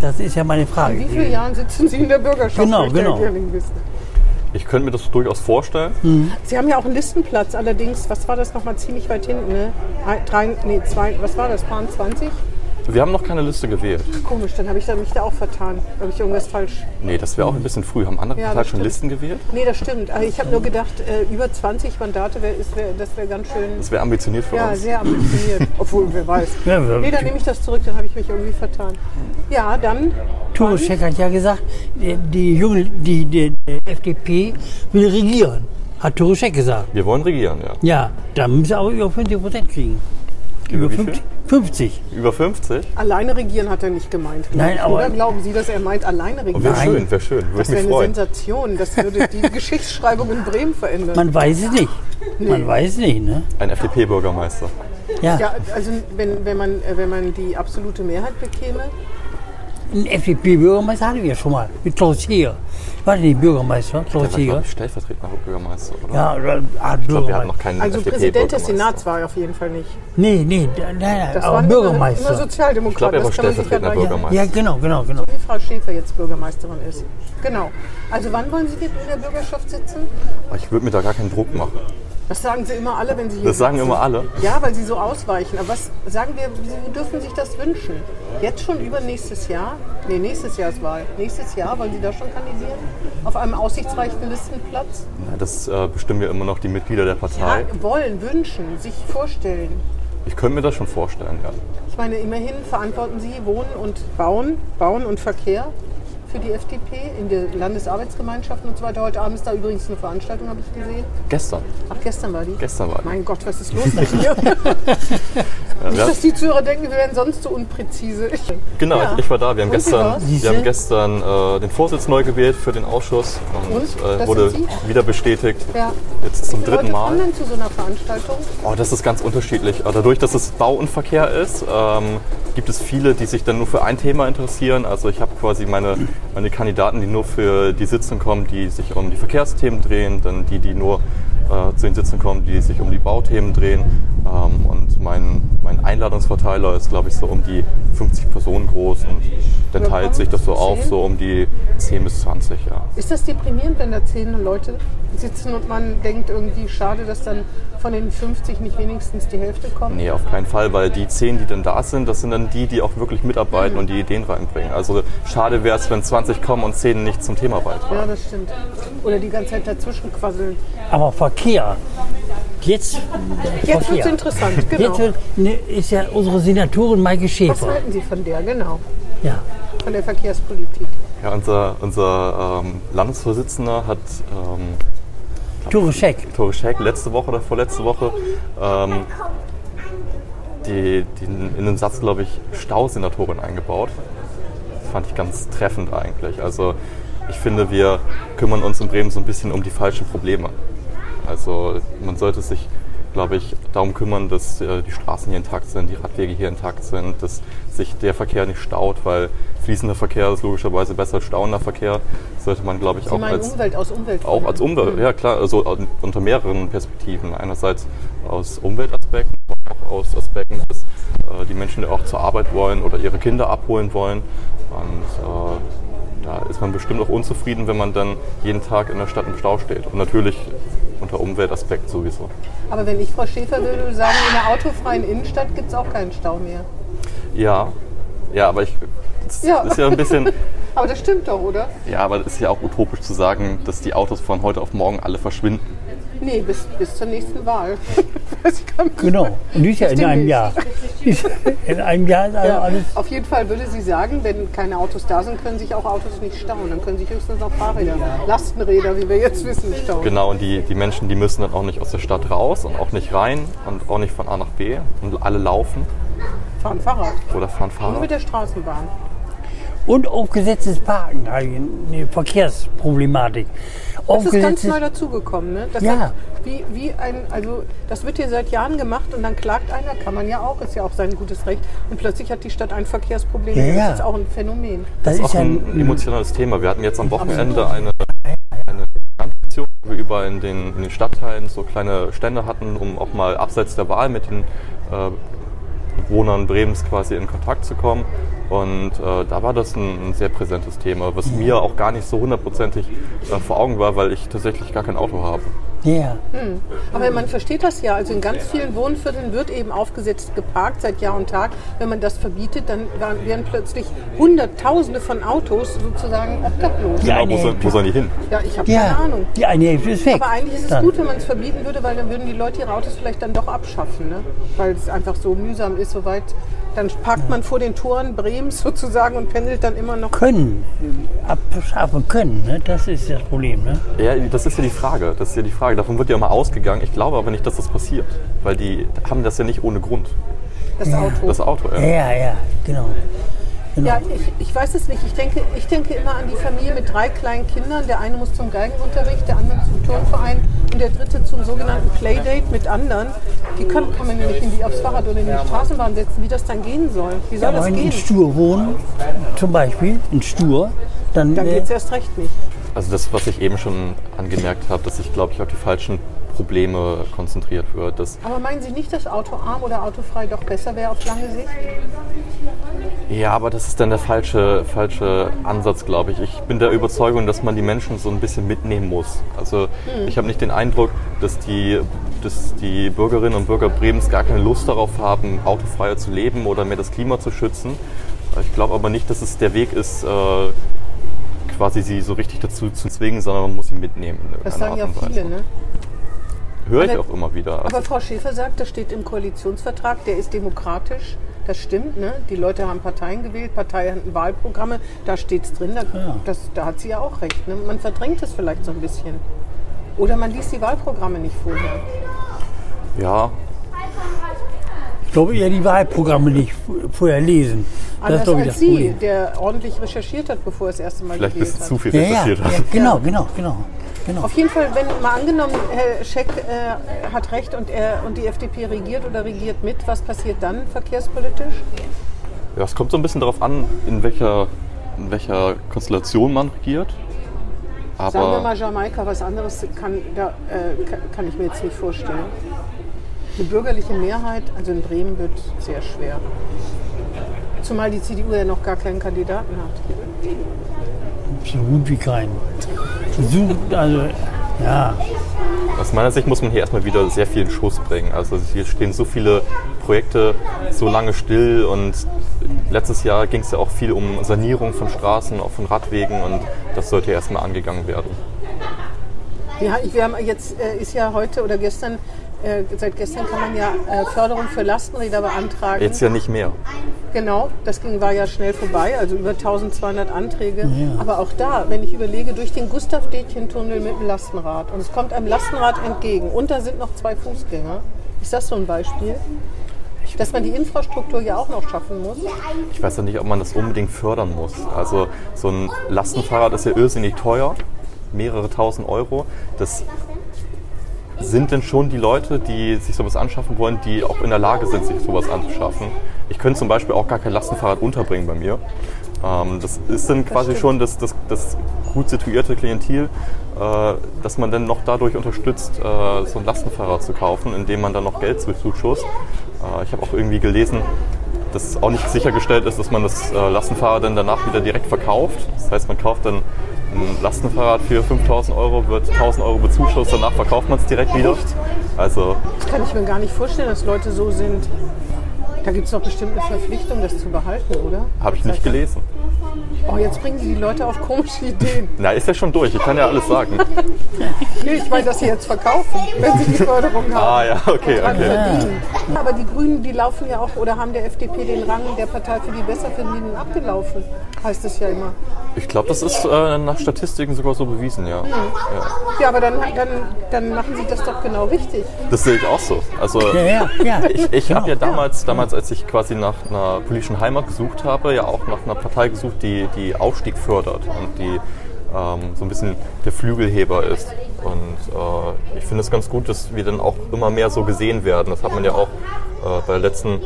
Speaker 3: das ist ja meine Frage.
Speaker 2: In wie
Speaker 4: Mhm.
Speaker 2: vielen Jahren sitzen Sie in der Bürgerschaft?
Speaker 3: Genau,
Speaker 2: möchte Herr
Speaker 3: genau.
Speaker 2: Gerling wissen.
Speaker 4: Ich könnte mir das durchaus vorstellen.
Speaker 2: Sie haben ja auch einen Listenplatz, allerdings, was war das nochmal ziemlich weit hinten, ne? Ein- Drei, nee, zwei, was war das, waren 20?
Speaker 4: Wir haben noch keine Liste gewählt.
Speaker 2: Komisch, dann habe ich da, mich da auch vertan. Habe ich irgendwas falsch?
Speaker 4: Nee, das wäre auch ein bisschen früh. Haben andere
Speaker 2: Ja,
Speaker 4: Parteien
Speaker 2: das
Speaker 4: schon
Speaker 2: stimmt.
Speaker 4: Listen gewählt?
Speaker 2: Nee, das stimmt. Aber ich habe nur gedacht, äh, über 20 Mandate, wär, ist, wär, das wäre ganz schön.
Speaker 4: Das wäre ambitioniert für
Speaker 2: Ja,
Speaker 4: uns.
Speaker 2: sehr ambitioniert. Obwohl, wer weiß.
Speaker 3: Ja, wir-
Speaker 2: nee, dann nehme ich das zurück, dann habe ich mich irgendwie vertan. Ja, dann,
Speaker 3: Turoschek hat ja gesagt, die, die, Junge, die, die, die FDP will regieren, hat Turoschek gesagt.
Speaker 4: Wir wollen regieren, ja.
Speaker 3: Ja, da müssen sie aber über 50 Prozent kriegen.
Speaker 4: Über wie
Speaker 3: 50? 50.
Speaker 4: Über 50?
Speaker 2: alleine regieren hat er nicht gemeint.
Speaker 3: Nein, aber-
Speaker 2: Oder glauben Sie, dass er meint, alleine
Speaker 4: Wäre
Speaker 2: regieren?
Speaker 3: Nein.
Speaker 4: schön, wäre schön. Würde
Speaker 2: Das
Speaker 4: ich
Speaker 2: wäre
Speaker 4: mich
Speaker 2: eine
Speaker 4: freuen.
Speaker 2: Sensation. Das würde die Geschichtsschreibung in Bremen verändern.
Speaker 3: Man weiß es nicht. Man weiß es nicht, ne?
Speaker 4: Ein FDP-Bürgermeister.
Speaker 2: Ja, also wenn, wenn, man, äh, wenn man die absolute Mehrheit bekäme,
Speaker 3: Ein FDP-Bürgermeister hatten wir schon mal, mit Klaus Heer. War der nicht Bürgermeister, Klaus
Speaker 4: Der war,
Speaker 3: Heer?
Speaker 4: glaub ich, stellvertretender Bürgermeister, oder?
Speaker 3: Ja, oder Art
Speaker 4: Ich glaube, wir hatten noch
Speaker 3: Bürgermeister.
Speaker 4: keinen
Speaker 2: also
Speaker 4: FDP
Speaker 2: Präsident des
Speaker 4: Bürgermeister.
Speaker 2: Senats war er auf jeden Fall nicht.
Speaker 3: Nee, nee, da- nein, nein,
Speaker 2: Das
Speaker 3: aber
Speaker 2: waren
Speaker 3: Bürgermeister.
Speaker 2: Immer, immer Sozialdemokraten.
Speaker 4: Ich glaube, er war
Speaker 2: das kann man sich ja
Speaker 4: stellvertretender
Speaker 2: gleich-
Speaker 4: Bürgermeister.
Speaker 3: ja, genau, genau, genau.
Speaker 2: Wie Frau Schäfer jetzt Bürgermeisterin ist. Genau. Also wann wollen Sie in der Bürgerschaft sitzen?
Speaker 4: Oh, Aber Ich würde mir da gar keinen Druck machen.
Speaker 2: Das sagen sie immer alle, wenn sie hier
Speaker 4: Das sagen
Speaker 2: sitzen.
Speaker 4: immer alle.
Speaker 2: Ja, weil sie so ausweichen. Aber was sagen wir, sie dürfen sich das wünschen? Jetzt schon über nächstes Jahr? Nee, nächstes Jahr ist Wahl. Nächstes Jahr wollen sie da schon kandidieren? Auf einem aussichtsreichen Listenplatz?
Speaker 4: Ja, Das äh, bestimmen ja immer noch die Mitglieder der Partei.
Speaker 2: Ja, wollen, wünschen, sich vorstellen.
Speaker 4: Ich könnte mir das schon vorstellen, ja.
Speaker 2: Ich meine, immerhin verantworten Sie Wohnen und Bauen, Bauen und Verkehr für die FDP in der Landesarbeitsgemeinschaft und so weiter. Heute Abend ist da übrigens eine Veranstaltung, habe ich gesehen.
Speaker 4: Gestern.
Speaker 2: Ach, gestern war die.
Speaker 4: Gestern war die.
Speaker 2: Mein Gott, was ist los mit hier? Nicht,
Speaker 4: ja.
Speaker 2: dass die Zuhörer denken, wir wären sonst so unpräzise.
Speaker 4: Genau,
Speaker 2: Ja.
Speaker 4: ich, ich war da. Wir haben
Speaker 2: Und wie
Speaker 4: gestern,
Speaker 2: war's?
Speaker 4: wir haben gestern äh, den Vorsitz neu gewählt für den Ausschuss und,
Speaker 2: Und?
Speaker 4: Äh,
Speaker 2: Das
Speaker 4: wurde
Speaker 2: sind
Speaker 4: wieder bestätigt.
Speaker 2: Ja.
Speaker 4: Jetzt zum
Speaker 2: Wie viele
Speaker 4: dritten
Speaker 2: Leute kommen
Speaker 4: Mal.
Speaker 2: denn zu so einer Veranstaltung?
Speaker 4: Oh, das ist ganz unterschiedlich. Aber Dadurch, dass es Bau und Verkehr ist, ähm, gibt es viele, die sich dann nur für ein Thema interessieren. Also ich habe quasi meine, meine Kandidaten, die nur für die Sitzung kommen, die sich um die Verkehrsthemen drehen, dann die, die nur äh, zu den Sitzungen kommen, die sich um die Bauthemen drehen. Ähm, und mein, mein Einladungsverteiler ist, glaube ich, so um die 50 Personen groß und dann
Speaker 2: Ja,
Speaker 4: teilt sich das so auf,
Speaker 2: zehn?
Speaker 4: so um die 10 bis 20, ja.
Speaker 2: Ist das deprimierend, wenn da zehn Leute sitzen und man denkt irgendwie, schade, dass dann von den 50 nicht wenigstens die Hälfte kommt?
Speaker 4: Nee, auf keinen Fall, weil die zehn, die dann da sind, das sind dann die, die auch wirklich mitarbeiten und die Ideen reinbringen. Also schade wäre es, wenn 20 kommen und 10 nicht zum Thema
Speaker 2: Ja,
Speaker 4: beitragen.
Speaker 2: das stimmt. Oder die ganze Zeit dazwischen quasseln.
Speaker 3: Aber Verkehr, jetzt,
Speaker 2: Jetzt wird es
Speaker 3: Verkehr.
Speaker 2: interessant,
Speaker 3: Jetzt
Speaker 2: genau.
Speaker 3: wird, ne, ist ja unsere Senatorin Maike
Speaker 2: Was
Speaker 3: Schäfer.
Speaker 2: halten Sie von der, genau?
Speaker 3: Ja.
Speaker 2: Von der Verkehrspolitik.
Speaker 4: Ja, unser unser ähm, Landesvorsitzender hat ähm,
Speaker 3: Tureschek.
Speaker 4: Tore Schäck letzte Woche oder vorletzte Woche ähm, die, die in einem Satz, glaube ich, Stausenatorin eingebaut. Das fand ich ganz treffend eigentlich. Also ich finde, wir kümmern uns in Bremen so ein bisschen um die falschen Probleme. Also man sollte sich, glaube ich, darum kümmern, dass äh, die Straßen hier intakt sind, die Radwege hier intakt sind, dass sich der Verkehr nicht staut, weil fließender Verkehr ist logischerweise besser als stauender Verkehr. Sollte man, glaube ich,
Speaker 2: Sie
Speaker 4: auch
Speaker 2: meinen
Speaker 4: als
Speaker 2: Umwelt aus Umwelt.
Speaker 4: auch als Umwelt, ja klar, also un- unter mehreren Perspektiven. Einerseits aus Umweltaspekten, aber auch aus Aspekten, dass äh, die Menschen auch zur Arbeit wollen oder ihre Kinder abholen wollen. Und äh, da ist man bestimmt auch unzufrieden, wenn man dann jeden Tag in der Stadt im Stau steht. Und natürlich unter Umweltaspekten sowieso.
Speaker 2: Aber wenn ich Frau Schäfer will, würde sagen, in der autofreien Innenstadt gibt es auch keinen Stau mehr.
Speaker 4: Ja, ja, aber ich. Das
Speaker 2: Ja.
Speaker 4: ist ja ein bisschen.
Speaker 2: Aber das stimmt doch, oder?
Speaker 4: Ja, aber das ist ja auch utopisch zu sagen, dass die Autos von heute auf morgen alle verschwinden.
Speaker 2: Nee, bis, bis zur nächsten Wahl. Das kann man-
Speaker 3: Genau. Und die ist ja in
Speaker 2: Stimmt
Speaker 3: einem
Speaker 2: nicht.
Speaker 3: Jahr. Ist- In einem Jahr ist also
Speaker 2: Ja,
Speaker 3: alles.
Speaker 2: auf jeden Fall würde sie sagen, wenn keine Autos da sind, können sich auch Autos nicht stauen. Dann können sich höchstens noch Fahrräder, Lastenräder, wie wir jetzt wissen, stauen.
Speaker 4: Genau, und die, die Menschen, die müssen dann auch nicht aus der Stadt raus und auch nicht rein und auch nicht von A nach B und alle laufen
Speaker 2: Fahren Fahrrad.
Speaker 4: oder fahren
Speaker 2: Nur
Speaker 4: Fahrrad.
Speaker 2: mit der Straßenbahn.
Speaker 3: Und aufgesetztes Parken, habe ich eine Verkehrsproblematik.
Speaker 2: Das ist ganz
Speaker 3: Aufgesetztes.
Speaker 2: neu dazugekommen, ne? Das
Speaker 3: Ja.
Speaker 2: hat, wie, wie ein, also das wird hier seit Jahren gemacht und dann klagt einer, kann man ja auch, ist ja auch sein gutes Recht. Und plötzlich hat die Stadt ein Verkehrsproblem.
Speaker 3: Ja, ja.
Speaker 2: Das ist auch ein Phänomen.
Speaker 3: Das ist
Speaker 4: Auch
Speaker 3: ja
Speaker 4: ein
Speaker 3: ein,
Speaker 4: emotionales Thema. Wir hatten jetzt am Wochenende eine, eine Aktion, wo wir überall in den, in den Stadtteilen so kleine Stände hatten, um auch mal abseits der Wahl mit den äh, Bewohnern Bremens quasi in Kontakt zu kommen. Und äh, da war das ein, ein sehr präsentes Thema, was mir auch gar nicht so hundertprozentig äh, vor Augen war, weil ich tatsächlich gar kein Auto habe.
Speaker 3: ja.
Speaker 2: Hm, Aber man versteht das ja. Also in ganz vielen Wohnvierteln wird eben aufgesetzt geparkt seit Jahr und Tag. Wenn man das verbietet, dann waren- werden plötzlich Hunderttausende von Autos sozusagen obdachlos.
Speaker 3: Ja.
Speaker 4: Genau, wo, sollen- wo sollen die hin?
Speaker 2: Ja, ich habe keine
Speaker 3: ja.
Speaker 2: Ahnung.
Speaker 3: Die eine Hälfte ist weg.
Speaker 2: Aber eigentlich ist es
Speaker 3: Dann.
Speaker 2: gut, wenn man es verbieten würde, weil dann würden die Leute ihre Autos vielleicht dann doch abschaffen, ne? weil es einfach so mühsam ist, soweit. Dann parkt man vor den Toren Bremens sozusagen und pendelt dann immer noch.
Speaker 3: Können. äh, Abschaffen können, ne? das ist das Problem. Ne?
Speaker 4: Ja, das ist ja die Frage. Das ist ja die Frage. Davon wird ja immer ausgegangen. Ich glaube aber nicht, dass das passiert. Weil die haben das ja nicht ohne Grund.
Speaker 2: Das Auto.
Speaker 4: Das Auto, ja.
Speaker 3: Ja, ja, genau.
Speaker 2: Ja, ich, ich weiß es nicht. Ich denke, ich denke immer an die Familie mit drei kleinen Kindern. Der eine muss zum Geigenunterricht, der andere zum Turnverein und der dritte zum sogenannten Playdate mit anderen. Die können, kann man ja nicht in die, aufs Fahrrad oder in die Straßenbahn setzen, wie das dann gehen soll. Wie soll
Speaker 3: Aber
Speaker 2: das
Speaker 3: wenn die in
Speaker 2: gehen?
Speaker 3: Stur wohnen, zum Beispiel, in Stur, dann,
Speaker 2: Dann
Speaker 3: äh,
Speaker 2: geht es erst recht nicht.
Speaker 4: Also das, was ich eben schon angemerkt habe, dass ich glaube ich auf die falschen Probleme konzentriert wird. Das,
Speaker 2: Aber meinen Sie nicht, dass autoarm oder autofrei doch besser wäre auf lange Sicht?
Speaker 4: ja, aber das ist dann der falsche, falsche Ansatz, glaube ich. Ich bin der
Speaker 2: Hm.
Speaker 4: Überzeugung, dass man die Menschen so ein bisschen mitnehmen muss. Also ich habe nicht den Eindruck, dass die dass die Bürgerinnen und Bürger Bremens gar keine Lust darauf haben, autofreier zu leben oder mehr das Klima zu schützen. Ich glaube aber nicht, dass es der Weg ist, äh, quasi sie so richtig dazu zu zwingen, sondern man muss sie mitnehmen. in
Speaker 2: Das
Speaker 4: irgendeiner
Speaker 2: sagen ja
Speaker 4: Art und
Speaker 2: viele,
Speaker 4: Weise.
Speaker 2: ne?
Speaker 4: Höre ich
Speaker 2: Aber-
Speaker 4: auch immer wieder. Also
Speaker 2: Aber Frau Schäfer sagt, das steht im Koalitionsvertrag, der ist demokratisch. Das stimmt, ne? Die Leute haben Parteien gewählt, Parteien hatten Wahlprogramme, da steht es drin, da, das, da hat sie ja auch recht. Ne? Man verdrängt es vielleicht so ein bisschen. Oder man liest die Wahlprogramme nicht vorher.
Speaker 4: ja,
Speaker 3: Ich glaube eher die Wahlprogramme nicht vorher lesen.
Speaker 2: Anders
Speaker 3: glaube ich,
Speaker 2: als
Speaker 3: das
Speaker 2: Sie,
Speaker 3: Problem.
Speaker 2: der ordentlich recherchiert hat, bevor er das erste Mal
Speaker 4: vielleicht ein
Speaker 2: gewählt
Speaker 4: bisschen
Speaker 2: hat.
Speaker 4: zu viel
Speaker 3: Ja, ja,
Speaker 4: recherchiert
Speaker 3: ja,
Speaker 4: haben.
Speaker 3: genau, genau, genau. genau.
Speaker 2: Auf jeden Fall, wenn mal angenommen, Herr Scheck äh, hat recht und, er, und die FDP regiert oder regiert mit, was passiert dann verkehrspolitisch?
Speaker 4: Ja, es kommt so ein bisschen darauf an, in welcher, in welcher Konstellation man regiert. Aber
Speaker 2: Sagen wir mal Jamaika, was anderes kann, da, äh, ka- kann ich mir jetzt nicht vorstellen. Eine bürgerliche Mehrheit, also in Bremen, wird sehr schwer. Zumal die CDU ja noch gar keinen Kandidaten hat.
Speaker 3: So gut wie keinen. Versucht, also, ja.
Speaker 4: Aus meiner Sicht muss man hier erstmal wieder sehr viel in Schuss bringen. Also hier stehen so viele Projekte so lange still und letztes Jahr ging es ja auch viel um Sanierung von Straßen, auch von Radwegen und das sollte ja erstmal angegangen werden.
Speaker 2: Ja, ich, wir haben jetzt äh, ist ja heute oder gestern, äh, seit gestern kann man ja äh, Förderung für Lastenräder beantragen.
Speaker 4: Jetzt ja nicht mehr.
Speaker 2: Genau, das ging, war ja schnell vorbei, also über 1200 Anträge. Aber auch da, wenn ich überlege, durch den Gustav-Detjen-Tunnel mit dem Lastenrad und es kommt einem Lastenrad entgegen und da sind noch zwei Fußgänger. Ist das so ein Beispiel? Dass man die Infrastruktur ja auch noch schaffen muss.
Speaker 4: Ich weiß ja nicht, ob man das unbedingt fördern muss. Also so ein Lastenfahrrad ist ja irrsinnig teuer, mehrere tausend Euro. Das sind denn schon die Leute, die sich sowas anschaffen wollen, die auch in der Lage sind, sich sowas anzuschaffen. Ich könnte zum Beispiel auch gar kein Lastenfahrrad unterbringen bei mir. Ähm, das ist dann quasi
Speaker 2: stimmt.
Speaker 4: schon das, das, das gut situierte Klientel, äh, dass man dann noch dadurch unterstützt, äh, so ein Lastenfahrrad zu kaufen, indem man dann noch Geld zu- zuschusst. Äh, ich habe auch irgendwie gelesen, dass auch nicht sichergestellt ist, dass man das äh, Lastenfahrrad dann danach wieder direkt verkauft. Das heißt, man kauft dann ein Lastenfahrrad für 5000 Euro, wird 1000 Euro bezuschusst, danach verkauft man es direkt wieder. Also,
Speaker 2: Das kann ich mir gar nicht vorstellen, dass Leute so sind. Da gibt es doch bestimmt eine Verpflichtung, das zu behalten, oder?
Speaker 4: habe ich nicht gelesen.
Speaker 2: Oh, jetzt bringen die, die Leute auf komische Ideen.
Speaker 4: Na, ist ja schon durch, ich kann ja alles sagen.
Speaker 2: Nee, ich meine, dass sie jetzt verkaufen, wenn sie die Förderung haben.
Speaker 4: Ah, ja, okay,
Speaker 2: dran
Speaker 4: okay.
Speaker 2: verdienen. Aber die Grünen, die laufen ja auch oder haben der FDP den Rang der Partei für die Besserverdienenden abgelaufen, heißt es ja immer.
Speaker 4: Ich glaube, das ist äh, nach Statistiken sogar so bewiesen, ja. ja.
Speaker 2: Ja, aber dann, dann, dann machen sie das doch genau richtig.
Speaker 4: Das sehe ich auch so. Also,
Speaker 3: Ja, ja, ja. Genau.
Speaker 4: ich, ich habe ja damals, damals, als ich quasi nach einer politischen Heimat gesucht habe, ja auch nach einer Partei gesucht, die, die Aufstieg fördert und die ähm, so ein bisschen der Flügelheber ist. Und äh, ich finde es ganz gut, dass wir dann auch immer mehr so gesehen werden. Das hat man ja auch äh, bei der letzten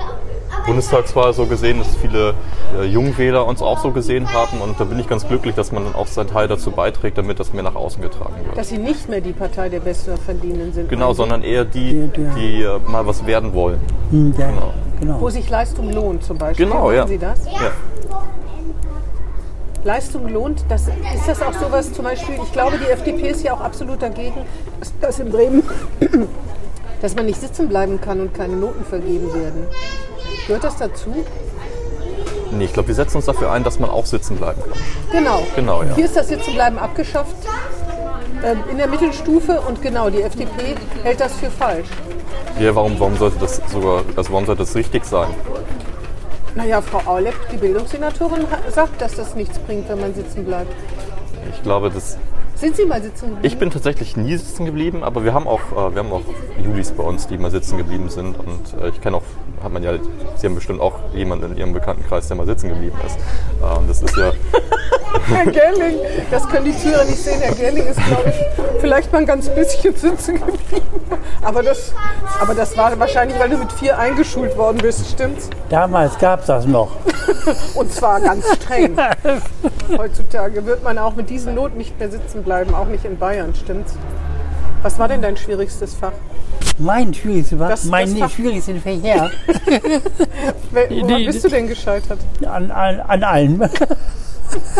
Speaker 4: Bundestagswahl so gesehen, dass viele äh, Jungwähler uns auch so gesehen haben. Und da bin ich ganz glücklich, dass man dann auch seinen Teil dazu beiträgt, damit das mehr nach außen getragen wird.
Speaker 2: Dass sie nicht mehr die Partei der Besserverdienenden sind.
Speaker 4: Genau,
Speaker 2: sondern
Speaker 4: sondern eher die, die äh, mal was werden wollen.
Speaker 3: Hm, ja,
Speaker 4: Genau.
Speaker 2: Wo
Speaker 3: genau.
Speaker 2: sich Leistung lohnt zum Beispiel.
Speaker 4: Genau,
Speaker 2: Machen
Speaker 4: ja.
Speaker 2: Sie das?
Speaker 4: Ja.
Speaker 2: Leistung lohnt, das, ist das auch sowas zum Beispiel, ich glaube, die FDP ist ja auch absolut dagegen, dass- dass in Bremen, dass man nicht sitzen bleiben kann und keine Noten vergeben werden. Gehört das dazu?
Speaker 4: Nee, ich glaube, wir setzen uns dafür ein, dass man auch sitzen bleiben kann.
Speaker 2: Genau.
Speaker 4: Genau, ja.
Speaker 2: Hier ist das Sitzenbleiben abgeschafft ähm, in der Mittelstufe und genau, die FDP hält das für falsch.
Speaker 4: Ja, warum, warum sollte das sogar, also warum sollte das richtig sein?
Speaker 2: Naja, Frau Aulep, die Bildungssenatorin, ha- sagt, dass das nichts bringt, wenn man sitzen bleibt.
Speaker 4: Ich glaube, das,
Speaker 2: Sind Sie mal sitzen geblieben?
Speaker 4: ich bin tatsächlich nie sitzen geblieben, aber wir haben auch, äh, wir haben auch Julis bei uns, die mal sitzen geblieben sind. Und äh, ich kenne auch, hat man ja, Sie haben bestimmt auch jemanden in Ihrem Bekanntenkreis, der mal sitzen geblieben ist. Ähm, das ist ja,
Speaker 2: Herr Gerling, das können die Tiere nicht sehen. Herr Gerling ist, glaube ich, vielleicht mal ein ganz bisschen sitzen geblieben. Aber das, aber das war wahrscheinlich, weil du mit vier eingeschult worden bist, stimmt's?
Speaker 3: Damals gab es das noch.
Speaker 2: Und zwar ganz streng. Heutzutage wird man auch mit diesen Noten nicht mehr sitzen bleiben, auch nicht in Bayern, stimmt's? Was war denn dein schwierigstes Fach?
Speaker 3: Mein schwierigstes war,
Speaker 2: Das-
Speaker 3: mein
Speaker 2: das war-
Speaker 3: schwierigstes Verkehr
Speaker 2: Wel- Woran
Speaker 3: Nee,
Speaker 2: bist du denn gescheitert?
Speaker 3: an, an, an allen.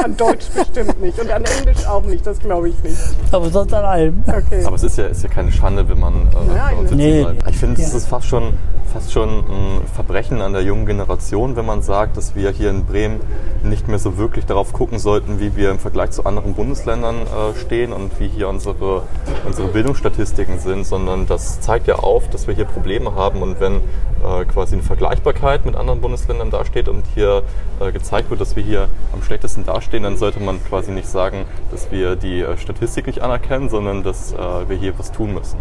Speaker 2: An Deutsch bestimmt nicht und an Englisch auch nicht, das glaube ich nicht.
Speaker 3: Aber sonst an allem.
Speaker 2: Okay.
Speaker 4: Aber es ist ja, ist ja keine Schande, wenn man äh,
Speaker 2: Ja,
Speaker 4: bei uns sitzen
Speaker 3: Nee.
Speaker 4: bleibt. Ich finde, es
Speaker 3: Ja.
Speaker 4: ist fast schon, fast schon ein Verbrechen an der jungen Generation, wenn man sagt, dass wir hier in Bremen nicht mehr so wirklich darauf gucken sollten, wie wir im Vergleich zu anderen Bundesländern äh, stehen und wie hier unsere, unsere Bildungsstatistiken sind, sondern das zeigt ja auf, dass wir hier Probleme haben. Und wenn äh, quasi eine Vergleichbarkeit mit anderen Bundesländern dasteht und hier äh, gezeigt wird, dass wir hier am schlechtesten dastehen, dann sollte man quasi nicht sagen, dass wir die äh, Statistik nicht anerkennen, sondern dass äh, wir hier was tun müssen.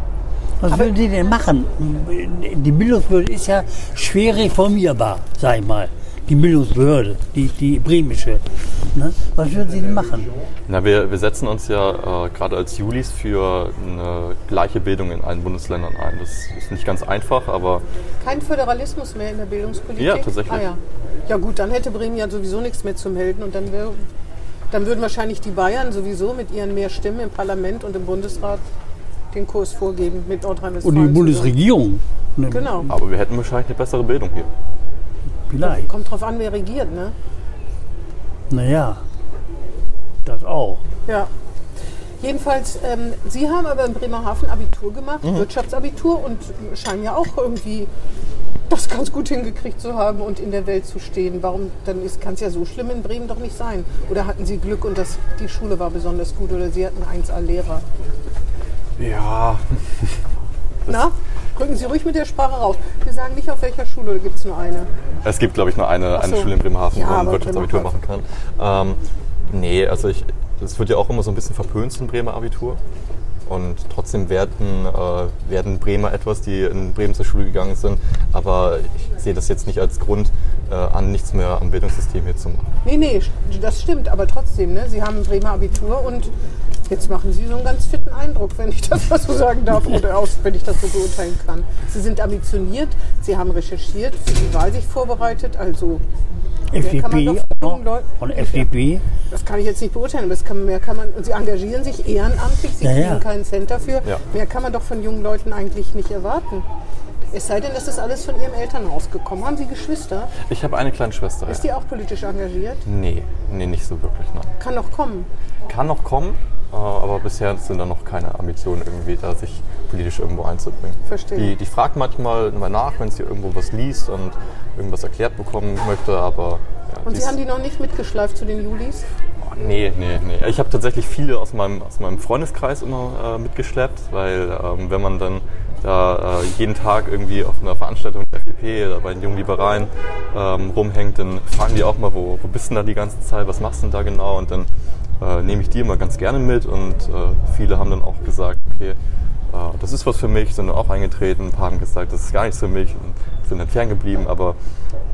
Speaker 3: Was würden Sie denn machen? Die Bildungsbehörde ist ja schwer reformierbar, sag ich mal. Die Bildungsbehörde, die, die bremische. Ne? Was würden Sie denn machen?
Speaker 4: Na, wir, wir setzen uns ja äh, gerade als Julis für eine gleiche Bildung in allen Bundesländern ein. Das ist nicht ganz einfach, aber
Speaker 2: Kein Föderalismus mehr in der Bildungspolitik?
Speaker 4: Ja, tatsächlich.
Speaker 2: Ah, ja. ja gut, dann hätte Bremen ja sowieso nichts mehr zum Helden und dann, wär, dann würden wahrscheinlich die Bayern sowieso mit ihren mehr Stimmen im Parlament und im Bundesrat den Kurs vorgeben mit
Speaker 3: Und
Speaker 2: Nordrhein-Westfalen.
Speaker 3: die
Speaker 2: zusammen.
Speaker 3: Bundesregierung? Ne?
Speaker 2: Genau.
Speaker 4: aber wir hätten wahrscheinlich eine bessere Bildung hier.
Speaker 3: Vielleicht.
Speaker 2: Kommt drauf an, wer regiert, ne?
Speaker 3: Naja, das auch.
Speaker 2: Ja. Jedenfalls, ähm, Sie haben aber in Bremerhaven Abitur gemacht, Wirtschaftsabitur und scheinen ja auch irgendwie das ganz gut hingekriegt zu haben und in der Welt zu stehen. Warum, dann kann es ja so schlimm in Bremen doch nicht sein. Oder hatten Sie Glück und das, die Schule war besonders gut oder Sie hatten 1A-Lehrer?
Speaker 4: Ja,
Speaker 2: Na, rücken Sie ruhig mit der Sprache raus. Wir sagen nicht, auf welcher Schule gibt es nur eine.
Speaker 4: Es gibt, glaube ich, nur eine, eine
Speaker 2: so.
Speaker 4: Schule in Bremerhaven,
Speaker 2: Ja,
Speaker 4: wo man
Speaker 2: aber
Speaker 4: Wirtschaftsabitur machen
Speaker 2: Bremerhaven.
Speaker 4: kann. Ähm, nee, also ich, es wird ja auch immer so ein bisschen verpönt zum Bremer Abitur. Und trotzdem werden, äh, werden Bremer etwas, die in Bremen zur Schule gegangen sind. Aber ich sehe das jetzt nicht als Grund äh, an, nichts mehr am Bildungssystem hier zu machen.
Speaker 2: Nee, nee, st- das stimmt, aber trotzdem, ne? Sie haben ein Bremer Abitur und jetzt machen Sie so einen ganz fitten Eindruck, wenn ich das mal so sagen darf oder aus, wenn ich das so beurteilen kann. Sie sind ambitioniert, Sie haben recherchiert, für die Wahl sich vorbereitet, also kann man
Speaker 3: FDP
Speaker 2: doch
Speaker 3: auch
Speaker 2: jungen
Speaker 3: noch.
Speaker 2: Leuten-
Speaker 3: Von FDP.
Speaker 2: das kann ich jetzt nicht beurteilen, aber das kann, mehr kann man, und Sie engagieren sich ehrenamtlich, Sie
Speaker 3: Ja, ja.
Speaker 2: kriegen keinen Cent dafür,
Speaker 4: Ja.
Speaker 2: mehr kann man doch von jungen Leuten eigentlich nicht erwarten. Es sei denn, das ist alles von Ihrem Elternhaus gekommen. Haben Sie Geschwister?
Speaker 4: Ich habe eine kleine Schwester.
Speaker 2: Ist
Speaker 4: ja.
Speaker 2: die auch politisch engagiert?
Speaker 4: Nee, nee, nicht so wirklich. Nein.
Speaker 2: Kann doch kommen.
Speaker 4: Kann noch kommen, äh, aber bisher sind da noch keine Ambitionen irgendwie da, sich politisch irgendwo einzubringen.
Speaker 2: Verstehe.
Speaker 4: Die, die fragt manchmal mal nach, wenn sie irgendwo was liest und irgendwas erklärt bekommen möchte, aber... Ja,
Speaker 2: Und Sie
Speaker 4: ist-
Speaker 2: haben die noch nicht mitgeschleift zu den Julis?
Speaker 4: Oh, nee, nee, nee. Ich habe tatsächlich viele aus meinem, aus meinem Freundeskreis immer äh, mitgeschleppt, weil ähm, wenn man dann da äh, jeden Tag irgendwie auf einer Veranstaltung der FDP oder bei den jungen Liberalen ähm, rumhängt, dann fragen die auch mal, wo, wo bist du denn da die ganze Zeit, was machst du denn da genau? Und dann äh, nehme ich die immer ganz gerne mit und äh, viele haben dann auch gesagt, okay, äh, das ist was für mich, sind dann auch eingetreten, ein paar haben gesagt, das ist gar nichts für mich und sind dann ferngeblieben, aber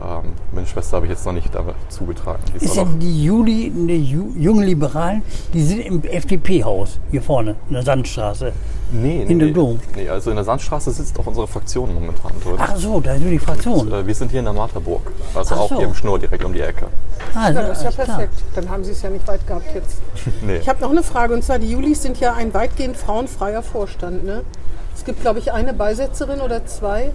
Speaker 4: ähm, meine Schwester habe ich jetzt noch nicht dabei zugetragen. Die
Speaker 3: Ist
Speaker 4: auch
Speaker 3: denn die Juli, die Ju- jungen Liberalen, die sind im FDP-Haus hier vorne in der Sandstraße.
Speaker 4: Nee,
Speaker 3: In
Speaker 4: nee,
Speaker 3: den Dom.
Speaker 4: Nee, also in der Sandstraße sitzt auch unsere Fraktion momentan dort.
Speaker 3: Ach so, da ist nur die Fraktion.
Speaker 4: Äh, Wir sind hier in der Marterburg, also
Speaker 3: Ach
Speaker 4: auch
Speaker 3: so.
Speaker 4: hier im Schnur direkt um die Ecke.
Speaker 3: Ah,
Speaker 2: Ja, das ist ja
Speaker 3: alles klar.
Speaker 2: perfekt. Dann haben Sie es ja nicht weit gehabt jetzt.
Speaker 4: Nee.
Speaker 2: Ich habe noch eine Frage und zwar, die Julis sind ja ein weitgehend frauenfreier Vorstand. Ne? Es gibt, glaube ich, eine Beisetzerin oder zwei.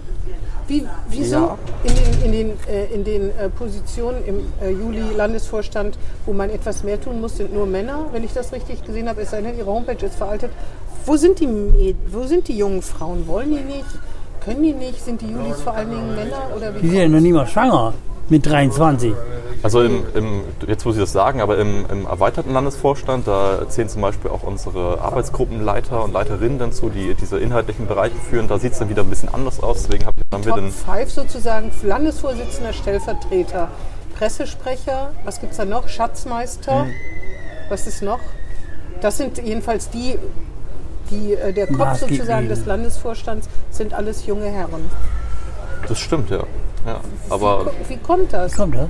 Speaker 2: Wie, wieso
Speaker 4: Ja.
Speaker 2: in den, in den, äh, in den äh, Positionen im äh, Juli-Landesvorstand, wo man etwas mehr tun muss, sind nur Männer, wenn ich das richtig gesehen habe, es sei denn, Ihre Homepage ist veraltet. Wo sind, die, Mäd- wo sind die jungen Frauen? Wollen die nicht? Können die nicht? Sind die Julis vor allen Dingen Männer? Oder
Speaker 3: Die
Speaker 2: wie?
Speaker 3: sind ja noch nie mal schwanger mit 23.
Speaker 4: Also im, im, jetzt muss ich das sagen, aber im, im erweiterten Landesvorstand, da zählen zum Beispiel auch unsere Arbeitsgruppenleiter und Leiterinnen dann zu, die diese inhaltlichen Bereiche führen. Da sieht es dann wieder ein bisschen anders aus, deswegen hab- haben wir
Speaker 2: Top
Speaker 4: dann
Speaker 2: 5 sozusagen, Landesvorsitzender, Stellvertreter, Pressesprecher, was gibt es da noch? Schatzmeister,
Speaker 4: Hm.
Speaker 2: was ist noch? Das sind jedenfalls die, die äh, der Kopf
Speaker 3: Maßgeblichen.
Speaker 2: sozusagen des Landesvorstands sind alles junge Herren.
Speaker 4: Das stimmt, ja. ja. Aber
Speaker 2: Wie kommt das?
Speaker 3: Kommt das?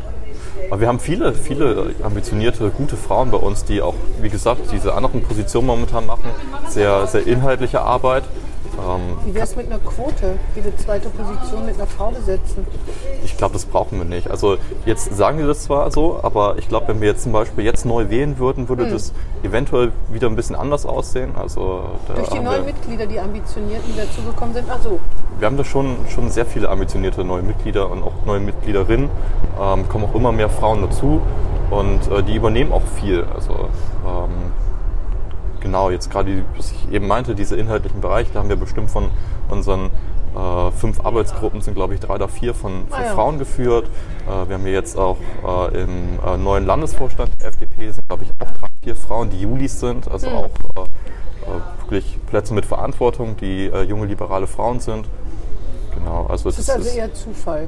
Speaker 4: Aber wir haben viele, viele ambitionierte, gute Frauen bei uns, die auch, wie gesagt, diese anderen Positionen momentan machen. Sehr, sehr inhaltliche Arbeit. Ähm,
Speaker 2: Wie wäre es mit einer Quote, jede zweite Position mit einer Frau besetzen?
Speaker 4: ich glaube, das brauchen wir nicht. Also jetzt sagen wir das zwar so, aber ich glaube, wenn wir jetzt zum Beispiel jetzt neu wählen würden,
Speaker 2: Hm.
Speaker 4: würde das eventuell wieder ein bisschen anders aussehen. Also da
Speaker 2: Durch die
Speaker 4: haben
Speaker 2: neuen
Speaker 4: wir,
Speaker 2: Mitglieder, die Ambitionierten, die dazugekommen sind. Ach so,
Speaker 4: wir haben da schon, schon sehr viele ambitionierte neue Mitglieder und auch neue Mitgliederinnen. Ähm, kommen auch immer mehr Frauen dazu. Und äh, die übernehmen auch viel. Also ähm, genau, jetzt gerade, die- was ich eben meinte, diese inhaltlichen Bereiche, da haben wir bestimmt von unseren äh, fünf Arbeitsgruppen sind, glaube ich, drei oder vier von, von
Speaker 2: Ah, ja.
Speaker 4: Frauen geführt. Äh, wir haben hier jetzt auch äh, im äh, neuen Landesvorstand der FDP sind, glaube ich, auch drei, vier Frauen, die Julis sind, also auch äh, äh, wirklich Plätze mit Verantwortung, die äh, junge liberale Frauen sind. Genau, also es
Speaker 2: Das ist also eher Zufall.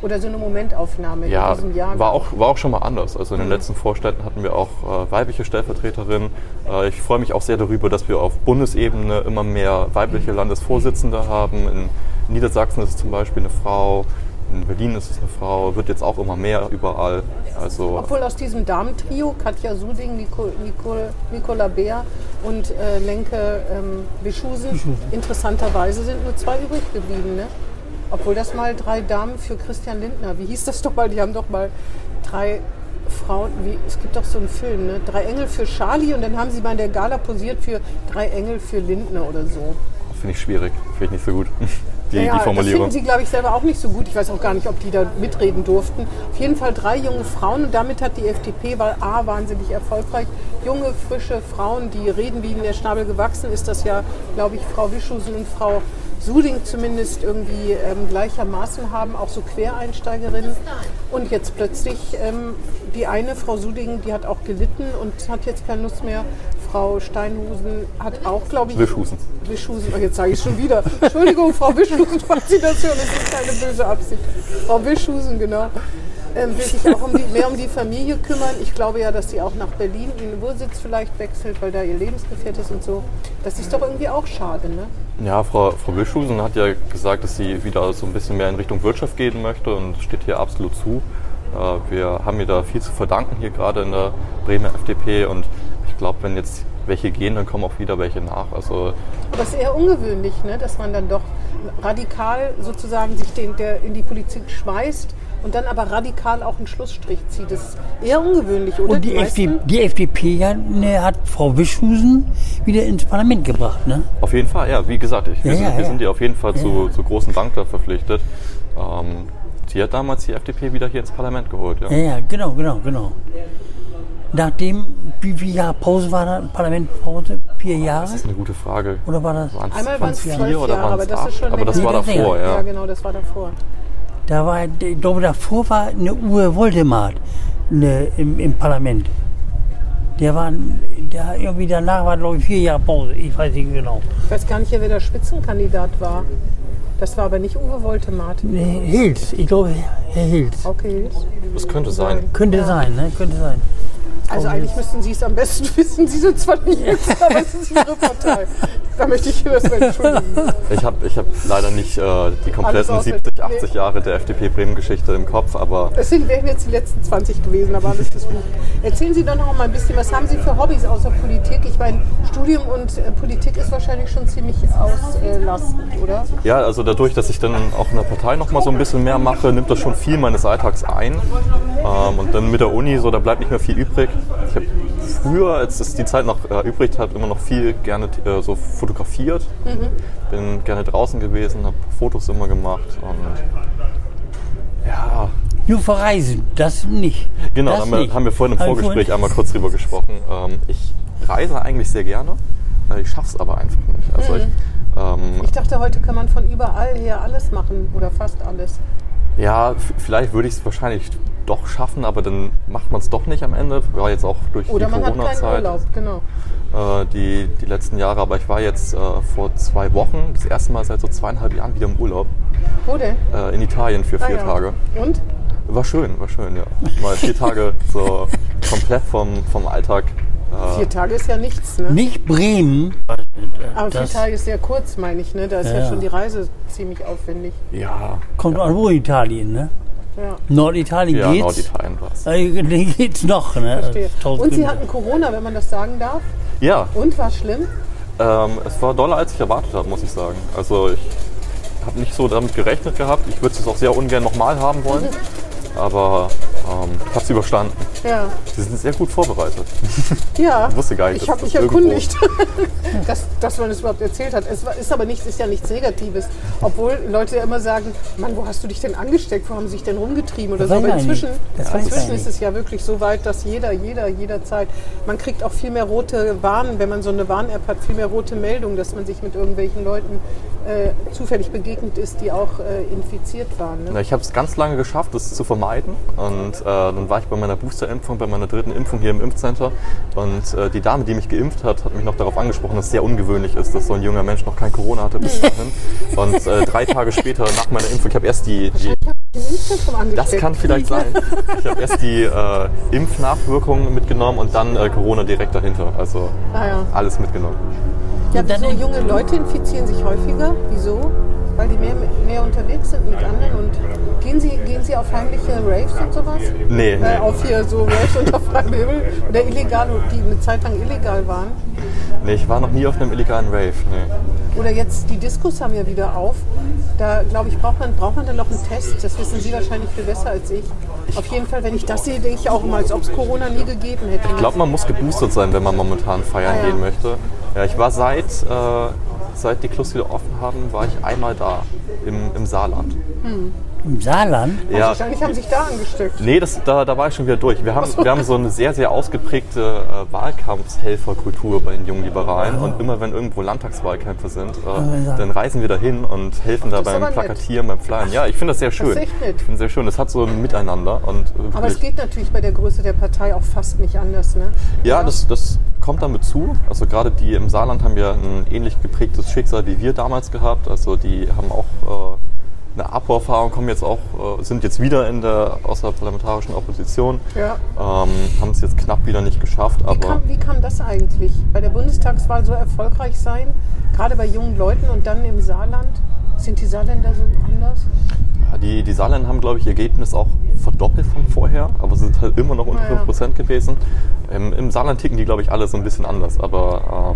Speaker 2: Oder so eine Momentaufnahme
Speaker 4: ja,
Speaker 2: in diesem Jahr.
Speaker 4: war auch, war auch schon mal anders. Also in
Speaker 2: Mhm.
Speaker 4: den letzten Vorständen hatten wir auch äh, weibliche Stellvertreterinnen. Äh, ich freue mich auch sehr darüber, dass wir auf Bundesebene immer mehr
Speaker 2: Mhm.
Speaker 4: weibliche Landesvorsitzende haben. In Niedersachsen ist es zum Beispiel eine Frau, in Berlin ist es eine Frau, wird jetzt auch immer mehr überall. Also
Speaker 2: Obwohl aus diesem Damentrio, Katja Suding, Nico, Nicole, Nicola Beer und äh, Lenke ähm, Beschusen, interessanterweise sind nur zwei übrig geblieben. Ne? Obwohl das mal drei Damen für Christian Lindner, wie hieß das doch mal, die haben doch mal drei Frauen, wie, es gibt doch so einen Film, ne? drei Engel für Charlie und dann haben sie bei der Gala posiert für drei Engel für Lindner oder so.
Speaker 4: finde ich schwierig, finde ich nicht so gut. Die,
Speaker 2: Ja,
Speaker 4: die
Speaker 2: Das finden
Speaker 4: Formulierung.
Speaker 2: sie, glaube ich, selber auch nicht so gut. Ich weiß auch gar nicht, ob die da mitreden durften. Auf jeden Fall drei junge Frauen und damit hat die FDP war A wahnsinnig erfolgreich. Junge, frische Frauen, die reden, wie ihnen der Schnabel gewachsen ist, das ja, glaube ich, Frau Wischusen und Frau Suding zumindest irgendwie ähm, gleichermaßen haben, auch so Quereinsteigerinnen. Und jetzt plötzlich ähm, die eine, Frau Suding, die hat auch gelitten und hat jetzt keine Lust mehr. Frau Steinhusen hat auch, glaube ich,
Speaker 4: Wischhusen.
Speaker 2: Wischhusen, oh, jetzt sage ich schon wieder. Entschuldigung, Frau Wischhusen, falls Sie das hören, das ist keine böse Absicht. Frau Wischhusen, genau. Ähm, will sich auch um die, mehr um die Familie kümmern. Ich glaube ja, dass sie auch nach Berlin in den Ursitz vielleicht wechselt, weil da ihr Lebensgefährt ist und so. Das ist doch irgendwie auch schade, ne?
Speaker 4: Ja, Frau, Frau Wilschusen hat ja gesagt, dass sie wieder so ein bisschen mehr in Richtung Wirtschaft gehen möchte und steht hier absolut zu. Äh, Wir haben ihr da viel zu verdanken hier gerade in der Bremer FDP und ich glaube, wenn jetzt welche gehen, dann kommen auch wieder welche nach. Also
Speaker 2: Aber es ist eher ungewöhnlich, ne? dass man dann doch radikal sozusagen sich den, der in die Politik schmeißt und dann aber radikal auch einen Schlussstrich zieht. Das ist eher ungewöhnlich, oder?
Speaker 3: Und die,
Speaker 2: meisten-
Speaker 3: FDP, die FDP hat, ne, hat Frau Wischhusen wieder ins Parlament gebracht. Ne?
Speaker 4: auf jeden Fall, ja, wie gesagt, ich, wir,
Speaker 3: Ja,
Speaker 4: sind,
Speaker 3: ja,
Speaker 4: wir
Speaker 3: ja.
Speaker 4: sind ihr auf jeden Fall zu, zu großen Dank da verpflichtet. Ähm, sie hat damals die FDP wieder hier ins Parlament geholt. Ja.
Speaker 3: Ja, ja, genau, genau, genau. Nachdem, wie viel Jahre Pause war da? Parlamentpause? Vier Jahre?
Speaker 4: Das ist eine gute Frage.
Speaker 3: Oder war das?
Speaker 4: Waren's-
Speaker 2: Einmal waren es
Speaker 4: waren's
Speaker 2: zwölf
Speaker 4: vier
Speaker 2: Jahre,
Speaker 4: oder waren's
Speaker 2: aber das
Speaker 4: acht?
Speaker 2: ist schon
Speaker 4: Aber das
Speaker 2: länger
Speaker 4: war
Speaker 3: her.
Speaker 4: davor,
Speaker 2: ja,
Speaker 4: ja.
Speaker 2: genau, das war davor.
Speaker 3: Da war, ich glaube, davor war eine Uwe Woldemark ne, im, im Parlament. Der war, der irgendwie danach war, glaube ich, vier Jahre Pause. Ich weiß nicht genau.
Speaker 2: Ich weiß gar nicht, wer der Spitzenkandidat war. Das war aber nicht Uwe Woltemart.
Speaker 3: Nee, Hils, ich glaube, Herr Hils.
Speaker 2: Okay.
Speaker 4: Das könnte sein.
Speaker 3: Könnte sein, ne? Könnte sein.
Speaker 2: Also eigentlich müssten Sie es am besten wissen. Sie sind zwar nicht jetzt, aber es ist Ihre Partei. Da möchte ich das mal entschuldigen.
Speaker 4: Ich habe ich hab leider nicht äh, die kompletten
Speaker 2: Alles
Speaker 4: 70,
Speaker 2: auswendig.
Speaker 4: 80 Jahre der FDP Bremen-Geschichte im Kopf, aber
Speaker 2: Das sind, wären jetzt die letzten 20 gewesen, aber alles ist gut. Erzählen Sie doch noch mal ein bisschen, was haben Sie für Hobbys außer Politik? Ich meine, Studium und äh, Politik ist wahrscheinlich schon ziemlich auslastend, oder?
Speaker 4: ja, also dadurch, dass ich dann auch in der Partei noch mal so ein bisschen mehr mache, nimmt das schon viel meines Alltags ein. Ähm, und dann mit der Uni, so da bleibt nicht mehr viel übrig. Ich habe früher, als es die Zeit noch äh, übrig hat, immer noch viel gerne äh, so fotografiert. Bin gerne draußen gewesen, habe Fotos immer gemacht und ja,
Speaker 3: Nur verreisen, das nicht.
Speaker 4: Genau,
Speaker 3: das
Speaker 4: haben wir,
Speaker 3: nicht.
Speaker 4: haben wir vorhin im
Speaker 3: Haben wir
Speaker 4: Vorgespräch
Speaker 3: vorhin-
Speaker 4: einmal kurz drüber gesprochen. Ähm, ich reise eigentlich sehr gerne, äh, ich schaff's aber einfach nicht. Also ich, ähm,
Speaker 2: Ich dachte, heute kann man von überall her alles machen oder fast alles.
Speaker 4: ja, f- vielleicht würde ich es wahrscheinlich doch schaffen, aber dann macht man es doch nicht am Ende. War jetzt auch durch
Speaker 2: Oder
Speaker 4: die
Speaker 2: man hat keinen
Speaker 4: Corona-Zeit
Speaker 2: Urlaub, genau.
Speaker 4: äh, die, die letzten Jahre. Aber ich war jetzt äh, vor zwei Wochen, das erste Mal seit so zweieinhalb Jahren wieder im Urlaub
Speaker 2: Wo denn?
Speaker 4: äh, in Italien für
Speaker 2: Ah
Speaker 4: vier
Speaker 2: ja.
Speaker 4: Tage.
Speaker 2: Und?
Speaker 4: War schön, war schön, ja. Mal vier Tage so komplett vom, vom Alltag. Äh,
Speaker 2: Vier Tage ist ja nichts, ne?
Speaker 3: Nicht Bremen.
Speaker 2: Aber vier
Speaker 3: Das-
Speaker 2: Tage ist sehr kurz, meine ich, ne? Da ist ja,
Speaker 3: Ja.
Speaker 2: schon die Reise ziemlich aufwendig.
Speaker 4: ja,
Speaker 3: Kommt an wo in Italien, ne?
Speaker 2: Ja,
Speaker 3: Norditalien
Speaker 4: ja genau,
Speaker 3: geht's.
Speaker 4: Norditalien war es.
Speaker 3: Äh, geht's noch, ne?
Speaker 2: verstehe.
Speaker 3: Tausend
Speaker 2: Und Sie
Speaker 3: Kilometer.
Speaker 2: hatten Corona, wenn man das sagen darf.
Speaker 4: Ja,
Speaker 2: Und war schlimm?
Speaker 4: ähm, es war doller, als ich erwartet habe, muss ich sagen. Also ich habe nicht so damit gerechnet gehabt. Ich würde es auch sehr ungern nochmal haben wollen. Aber Ähm, ich hab's überstanden.
Speaker 2: Ja.
Speaker 4: Die sind sehr gut vorbereitet.
Speaker 2: Ja,
Speaker 4: Ich wusste gar nicht,
Speaker 2: ich
Speaker 4: dass
Speaker 2: habe mich
Speaker 4: das irgendwo-
Speaker 2: erkundigt, dass, dass man das überhaupt erzählt hat. Es war- ist aber nichts, ist ja nichts Negatives. Obwohl Leute ja immer sagen, Mann, wo hast du dich denn angesteckt? Wo haben sie sich denn rumgetrieben oder
Speaker 3: Das
Speaker 2: so?
Speaker 3: weiß
Speaker 2: Aber
Speaker 3: man ja
Speaker 2: inzwischen,
Speaker 3: nicht. Das weiß
Speaker 2: inzwischen
Speaker 3: man ja
Speaker 2: ist es ja wirklich so weit, dass jeder, jeder, jederzeit. Man kriegt auch viel mehr rote Warnen, wenn man so eine Warn-App hat, viel mehr rote Meldungen, dass man sich mit irgendwelchen Leuten äh, zufällig begegnet ist, die auch äh, infiziert waren. Ne?
Speaker 4: Ja, ich habe es ganz lange geschafft, das zu vermeiden. Und äh, dann war ich bei meiner Boosterimpfung, bei meiner dritten Impfung hier im Impfcenter. Und äh, die Dame, die mich geimpft hat, hat mich noch darauf angesprochen, dass es sehr ungewöhnlich ist, dass so ein junger Mensch noch kein Corona hatte bis dahin. Und äh, drei Tage später, nach meiner Impfung, ich habe erst die, die
Speaker 2: Ich bin nicht davon
Speaker 4: das
Speaker 2: angesteckt.
Speaker 4: kann vielleicht sein. Ich habe erst die äh, Impfnachwirkungen mitgenommen und dann äh, Corona direkt dahinter. Also
Speaker 2: Ah, ja.
Speaker 4: alles mitgenommen.
Speaker 2: Ja,
Speaker 3: Und dann
Speaker 2: wieso
Speaker 3: in-
Speaker 2: junge Leute infizieren sich häufiger? Wieso? Weil die mehr, mehr unterwegs sind mit anderen und gehen sie, gehen sie auf heimliche Raves und sowas?
Speaker 4: Nee, nee.
Speaker 2: Äh, auf hier so Raves unter freiem Himmel oder illegal, die eine Zeit lang illegal waren.
Speaker 4: nee, ich war noch nie auf einem illegalen Rave. Nee.
Speaker 2: Oder jetzt die Diskos haben ja wieder auf. Da glaube ich, braucht man, braucht man dann noch einen Test. Das wissen Sie wahrscheinlich viel besser als ich. Auf jeden Fall, wenn ich das sehe, denke ich auch immer, als ob es Corona nie gegeben hätte.
Speaker 4: Ich glaube, man muss geboostert sein, wenn man momentan feiern
Speaker 2: Ah, ja.
Speaker 4: gehen möchte. Ja, ich war seit, äh, seit die Clubs wieder offen haben, war ich einmal da im, im Saarland.
Speaker 3: Im Saarland?
Speaker 4: Ja,
Speaker 2: Wahrscheinlich haben sich da angesteckt.
Speaker 4: nee, das, da, da war ich schon wieder durch. Wir haben, wir haben so eine sehr, sehr ausgeprägte äh, Wahlkampfshelferkultur bei den jungen Liberalen. Und immer wenn irgendwo Landtagswahlkämpfe sind, äh,
Speaker 3: ja.
Speaker 4: dann reisen wir dahin und helfen da
Speaker 2: das ist aber
Speaker 4: beim
Speaker 2: nett.
Speaker 4: Plakatieren, beim Flyern. Ja, ich finde das sehr schön.
Speaker 2: echt nett.
Speaker 4: Ich finde sehr schön. Das hat so ein Miteinander. Und äh,
Speaker 2: Aber es
Speaker 4: wirklich-
Speaker 2: geht natürlich bei der Größe der Partei auch fast nicht anders. Ne?
Speaker 4: Ja, das, das kommt damit zu. Also gerade die im Saarland haben ja ein ähnlich geprägtes Schicksal wie wir damals gehabt. Also die haben auch äh, eine Abbauerfahrung, kommen jetzt auch, äh, sind jetzt wieder in der außerparlamentarischen Opposition.
Speaker 2: Ja.
Speaker 4: Ähm, haben es jetzt knapp wieder nicht geschafft,
Speaker 2: Wie
Speaker 4: aber
Speaker 2: kam, wie kam das eigentlich? Bei der Bundestagswahl so erfolgreich sein, gerade bei jungen Leuten und dann im Saarland? Sind die Saarländer so anders?
Speaker 4: die, die Saarländer haben, glaube ich, ihr Ergebnis auch verdoppelt von vorher, aber sie sind halt immer noch unter
Speaker 2: Naja.
Speaker 4: 5% gewesen. Im, Im Saarland ticken die, glaube ich, alle so ein bisschen anders, aber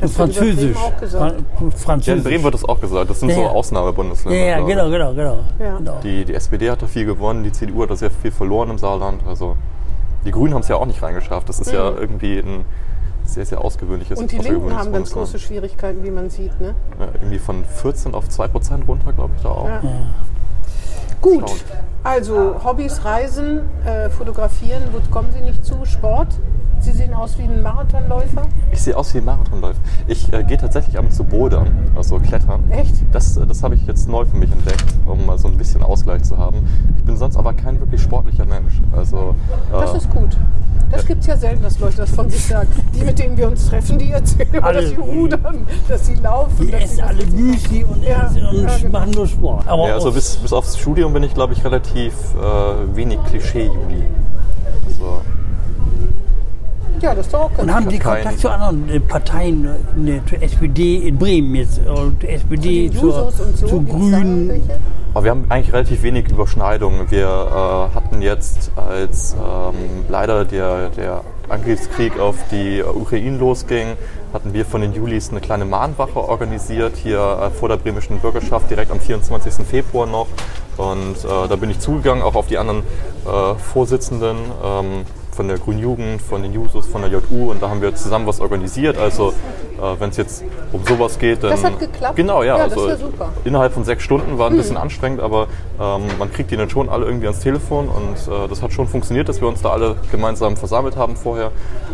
Speaker 3: Und
Speaker 4: ähm,
Speaker 2: wird über Bremen
Speaker 3: Französisch.
Speaker 2: auch gesagt.
Speaker 3: Fra-
Speaker 4: ja, in Bremen
Speaker 3: Französisch.
Speaker 4: wird das auch gesagt. Das sind so
Speaker 3: Ja, ja. Ja,
Speaker 4: Ausnahmebundesländer.
Speaker 3: ja,
Speaker 4: glaube ich.
Speaker 3: genau, genau, genau.
Speaker 2: Ja.
Speaker 3: genau.
Speaker 4: Die, die SPD hat da viel gewonnen, die CDU hat da sehr viel verloren im Saarland. Also die Grünen haben es ja auch nicht reingeschafft. Das ist ja irgendwie ein sehr, sehr ausgewöhnliches
Speaker 2: Mhm. Und die Linken
Speaker 4: außergewöhnliches
Speaker 2: haben ganz große
Speaker 4: Bundesland.
Speaker 2: Schwierigkeiten, wie man sieht. Ne?
Speaker 4: ja, Irgendwie von 14 auf 2 Prozent runter, glaube ich, da auch.
Speaker 2: Ja. Gut,
Speaker 4: Schaut.
Speaker 2: also Hobbys, Reisen, äh, Fotografieren, wo kommen Sie nicht zu? Sport? Sie sehen aus wie ein Marathonläufer.
Speaker 4: Ich sehe aus wie ein Marathonläufer. Ich äh, gehe tatsächlich ab und zu Bouldern, also Klettern.
Speaker 2: Echt?
Speaker 4: Das, äh, das habe ich jetzt neu für mich entdeckt, um mal so ein bisschen Ausgleich zu haben. Ich bin sonst aber kein wirklich sportlicher Mensch. Also,
Speaker 2: Das
Speaker 4: äh,
Speaker 2: ist gut. Das gibt es ja selten, dass Leute das von sich sagen. Die, mit denen wir uns treffen, die erzählen,
Speaker 3: Alle-
Speaker 2: dass sie rudern, dass sie laufen.
Speaker 3: Die
Speaker 2: dass sie
Speaker 3: essen
Speaker 2: was
Speaker 3: alle
Speaker 2: weiß ich-
Speaker 3: Müsli und,
Speaker 2: Ja,
Speaker 3: essen und
Speaker 2: ja, genau.
Speaker 3: machen nur Sport. Aber
Speaker 4: ja, also
Speaker 3: aus-
Speaker 4: bis, bis aufs Studium bin ich, glaube ich, relativ äh, wenig Klischee-Juli. Also,
Speaker 2: Ja, das ist doch auch ganz
Speaker 3: und haben Sie
Speaker 4: Parteien.
Speaker 3: Kontakt zu anderen äh, Parteien, äh, ne, zur SPD in Bremen jetzt, äh, und zur SPD,
Speaker 2: Die
Speaker 3: zur,
Speaker 2: Jusos und so,
Speaker 3: zu
Speaker 2: gibt's da
Speaker 3: Grünen.
Speaker 2: irgendwelche?
Speaker 4: Aber wir haben eigentlich relativ wenig Überschneidungen. Wir äh, hatten jetzt, als ähm, leider der, der Angriffskrieg auf die Ukraine losging, hatten wir von den Julis eine kleine Mahnwache organisiert, hier äh, vor der bremischen Bürgerschaft, direkt am 24. Februar noch. Und äh, da bin ich zugegangen, auch auf die anderen äh, Vorsitzenden ähm, von der Grünen Jugend, von den Jusos, von der JU. Und da haben wir zusammen was organisiert. Also äh, wenn es jetzt um sowas geht, dann...
Speaker 2: Das hat geklappt?
Speaker 4: Genau, ja.
Speaker 2: Ja, das ist
Speaker 4: also
Speaker 2: ja super.
Speaker 4: innerhalb von sechs Stunden war ein
Speaker 2: Mhm.
Speaker 4: bisschen anstrengend, aber ähm, man kriegt die dann schon alle irgendwie ans Telefon und äh, das hat schon funktioniert, dass wir uns da alle gemeinsam versammelt haben vorher.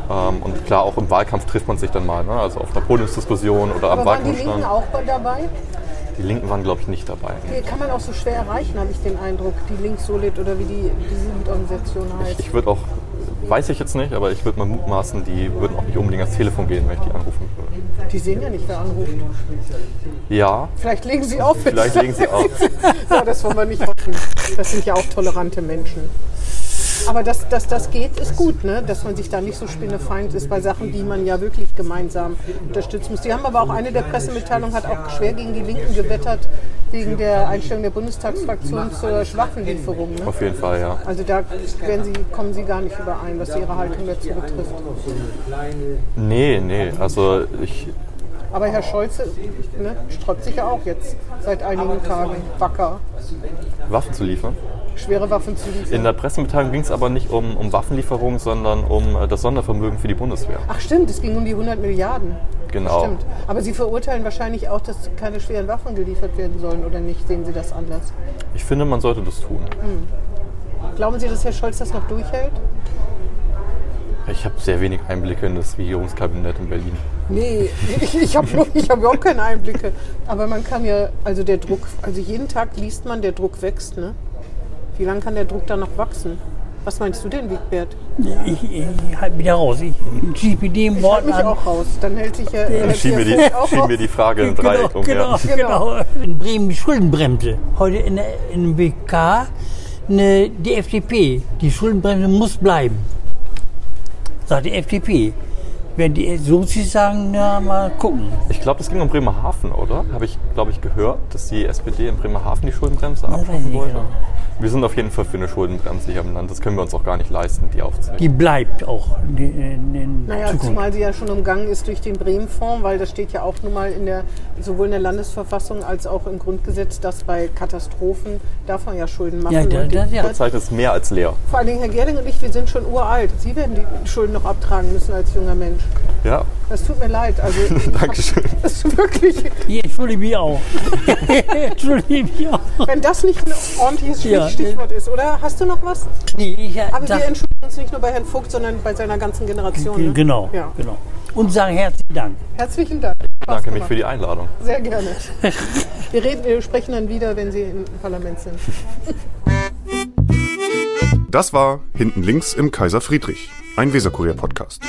Speaker 4: Ähm, und klar, auch im Wahlkampf trifft man sich dann mal, ne? also auf einer Podiumsdiskussion oder am
Speaker 2: Aber waren die
Speaker 4: Wahlkampfstand.
Speaker 2: Linken auch dabei?
Speaker 4: Die Linken waren, glaube ich, nicht dabei.
Speaker 2: Die kann man auch so schwer erreichen, habe ich den Eindruck. Die Linksolid oder wie die, diese Mitorganisation heißt.
Speaker 4: Ich würde auch, weiß ich jetzt nicht, aber ich würde mal mutmaßen, die würden auch nicht unbedingt ans Telefon gehen, wenn ich die anrufen würde.
Speaker 2: Die sehen ja nicht, wer anruft.
Speaker 4: Ja,
Speaker 2: Vielleicht legen sie auf.
Speaker 4: vielleicht legen sie auf.
Speaker 2: ja, das wollen wir nicht hoffen. Das sind ja auch tolerante Menschen. Aber dass, dass das geht, ist gut, ne? dass man sich da nicht so spinnefeind ist bei Sachen, die man ja wirklich gemeinsam unterstützen muss. Die haben aber auch eine der Pressemitteilungen, hat auch schwer gegen die Linken gewettert, wegen der Einstellung der Bundestagsfraktion zur Schwaffenlieferung. Ne?
Speaker 4: Auf jeden Fall, ja.
Speaker 2: Also da werden sie, kommen Sie gar nicht überein, was Ihre Haltung dazu betrifft.
Speaker 4: Nee, nee, also ich,
Speaker 2: Aber Herr Scholze ne, sträubt sich ja auch jetzt seit einigen Tagen wacker.
Speaker 4: Waffen zu liefern.
Speaker 2: schwere Waffen zu
Speaker 4: In
Speaker 2: liefern.
Speaker 4: der Pressemitteilung ging es aber nicht um, um Waffenlieferung, sondern um äh, das Sondervermögen für die Bundeswehr.
Speaker 2: Ach stimmt, es ging um die 100 Milliarden.
Speaker 4: Genau.
Speaker 2: Stimmt. Aber Sie verurteilen wahrscheinlich auch, dass keine schweren Waffen geliefert werden sollen oder nicht. Sehen Sie das anders?
Speaker 4: Ich finde, man sollte das tun.
Speaker 2: Glauben Sie, dass Herr Scholz das noch durchhält?
Speaker 4: Ich habe sehr wenig Einblicke in das Regierungskabinett in Berlin.
Speaker 2: Nee, ich, ich habe ich hab überhaupt keine Einblicke. Aber man kann ja, also der Druck, also jeden Tag liest man, der Druck wächst, ne? Wie lange kann der Druck da noch wachsen? Was meinst du denn, Wigbert?
Speaker 3: Ich, ich, ich halte mich da raus. Ich schiebe mit dem
Speaker 2: Ich halte
Speaker 3: Wort
Speaker 2: mich
Speaker 3: an.
Speaker 2: auch raus. Dann hält sich ja. hält sich
Speaker 4: Schieben wir
Speaker 2: ja
Speaker 4: die,
Speaker 2: Fuchs auch
Speaker 4: schieben
Speaker 2: raus.
Speaker 4: wir die Frage in
Speaker 3: Genau,
Speaker 4: Dreieck um.
Speaker 3: genau,
Speaker 4: Ja.
Speaker 3: genau. In Bremen die Schuldenbremse. Heute in der in der WK ne, die FDP. Die Schuldenbremse muss bleiben. Sagt die FDP. Wenn die Sozis sagen, na mal gucken.
Speaker 4: Ich glaube, das ging um Bremerhaven, oder? Habe ich, glaube ich, gehört, dass die SPD in Bremerhaven die Schuldenbremse
Speaker 3: weiß ich
Speaker 4: abschaffen
Speaker 3: nicht
Speaker 4: wollte.
Speaker 3: genau.
Speaker 4: Wir sind auf jeden Fall für eine Schuldenbremse hier im Land. Das können wir uns auch gar nicht leisten, die aufzunehmen.
Speaker 3: Die bleibt auch in, in, in
Speaker 2: Naja,
Speaker 3: Zukunft.
Speaker 2: zumal sie ja schon umgangen ist durch den Bremen-Fonds, weil das steht ja auch nun mal in der, sowohl in der Landesverfassung als auch im Grundgesetz, dass bei Katastrophen darf man ja Schulden machen.
Speaker 3: Ja, da-
Speaker 2: Und die-
Speaker 3: da- ja.
Speaker 4: Die Zeit ist mehr als leer.
Speaker 2: Vor allen Dingen Herr Gerding und ich, wir sind schon uralt. Sie werden die Schulden noch abtragen müssen als junger Mensch.
Speaker 4: Ja,
Speaker 2: Das tut mir leid. Also,
Speaker 4: Dankeschön.
Speaker 2: Das ist wirklich,
Speaker 3: Hier, entschuldige mich auch. entschuldige mich auch.
Speaker 2: wenn das nicht ein ordentliches
Speaker 3: Ja.
Speaker 2: Stichwort ist, oder? Hast du noch was?
Speaker 3: Nee, ich
Speaker 2: Aber
Speaker 3: sag-
Speaker 2: wir entschuldigen uns nicht nur bei Herrn Vogt, sondern bei seiner ganzen Generation. Ne?
Speaker 3: genau,
Speaker 2: Ja.
Speaker 3: genau. Und sagen herzlichen Dank.
Speaker 2: Herzlichen Dank.
Speaker 4: danke mich für die Einladung.
Speaker 2: Sehr gerne. Wir, reden, wir sprechen dann wieder, wenn Sie im Parlament sind.
Speaker 1: Das war Hinten links im Kaiser Friedrich, ein Weserkurier-Podcast.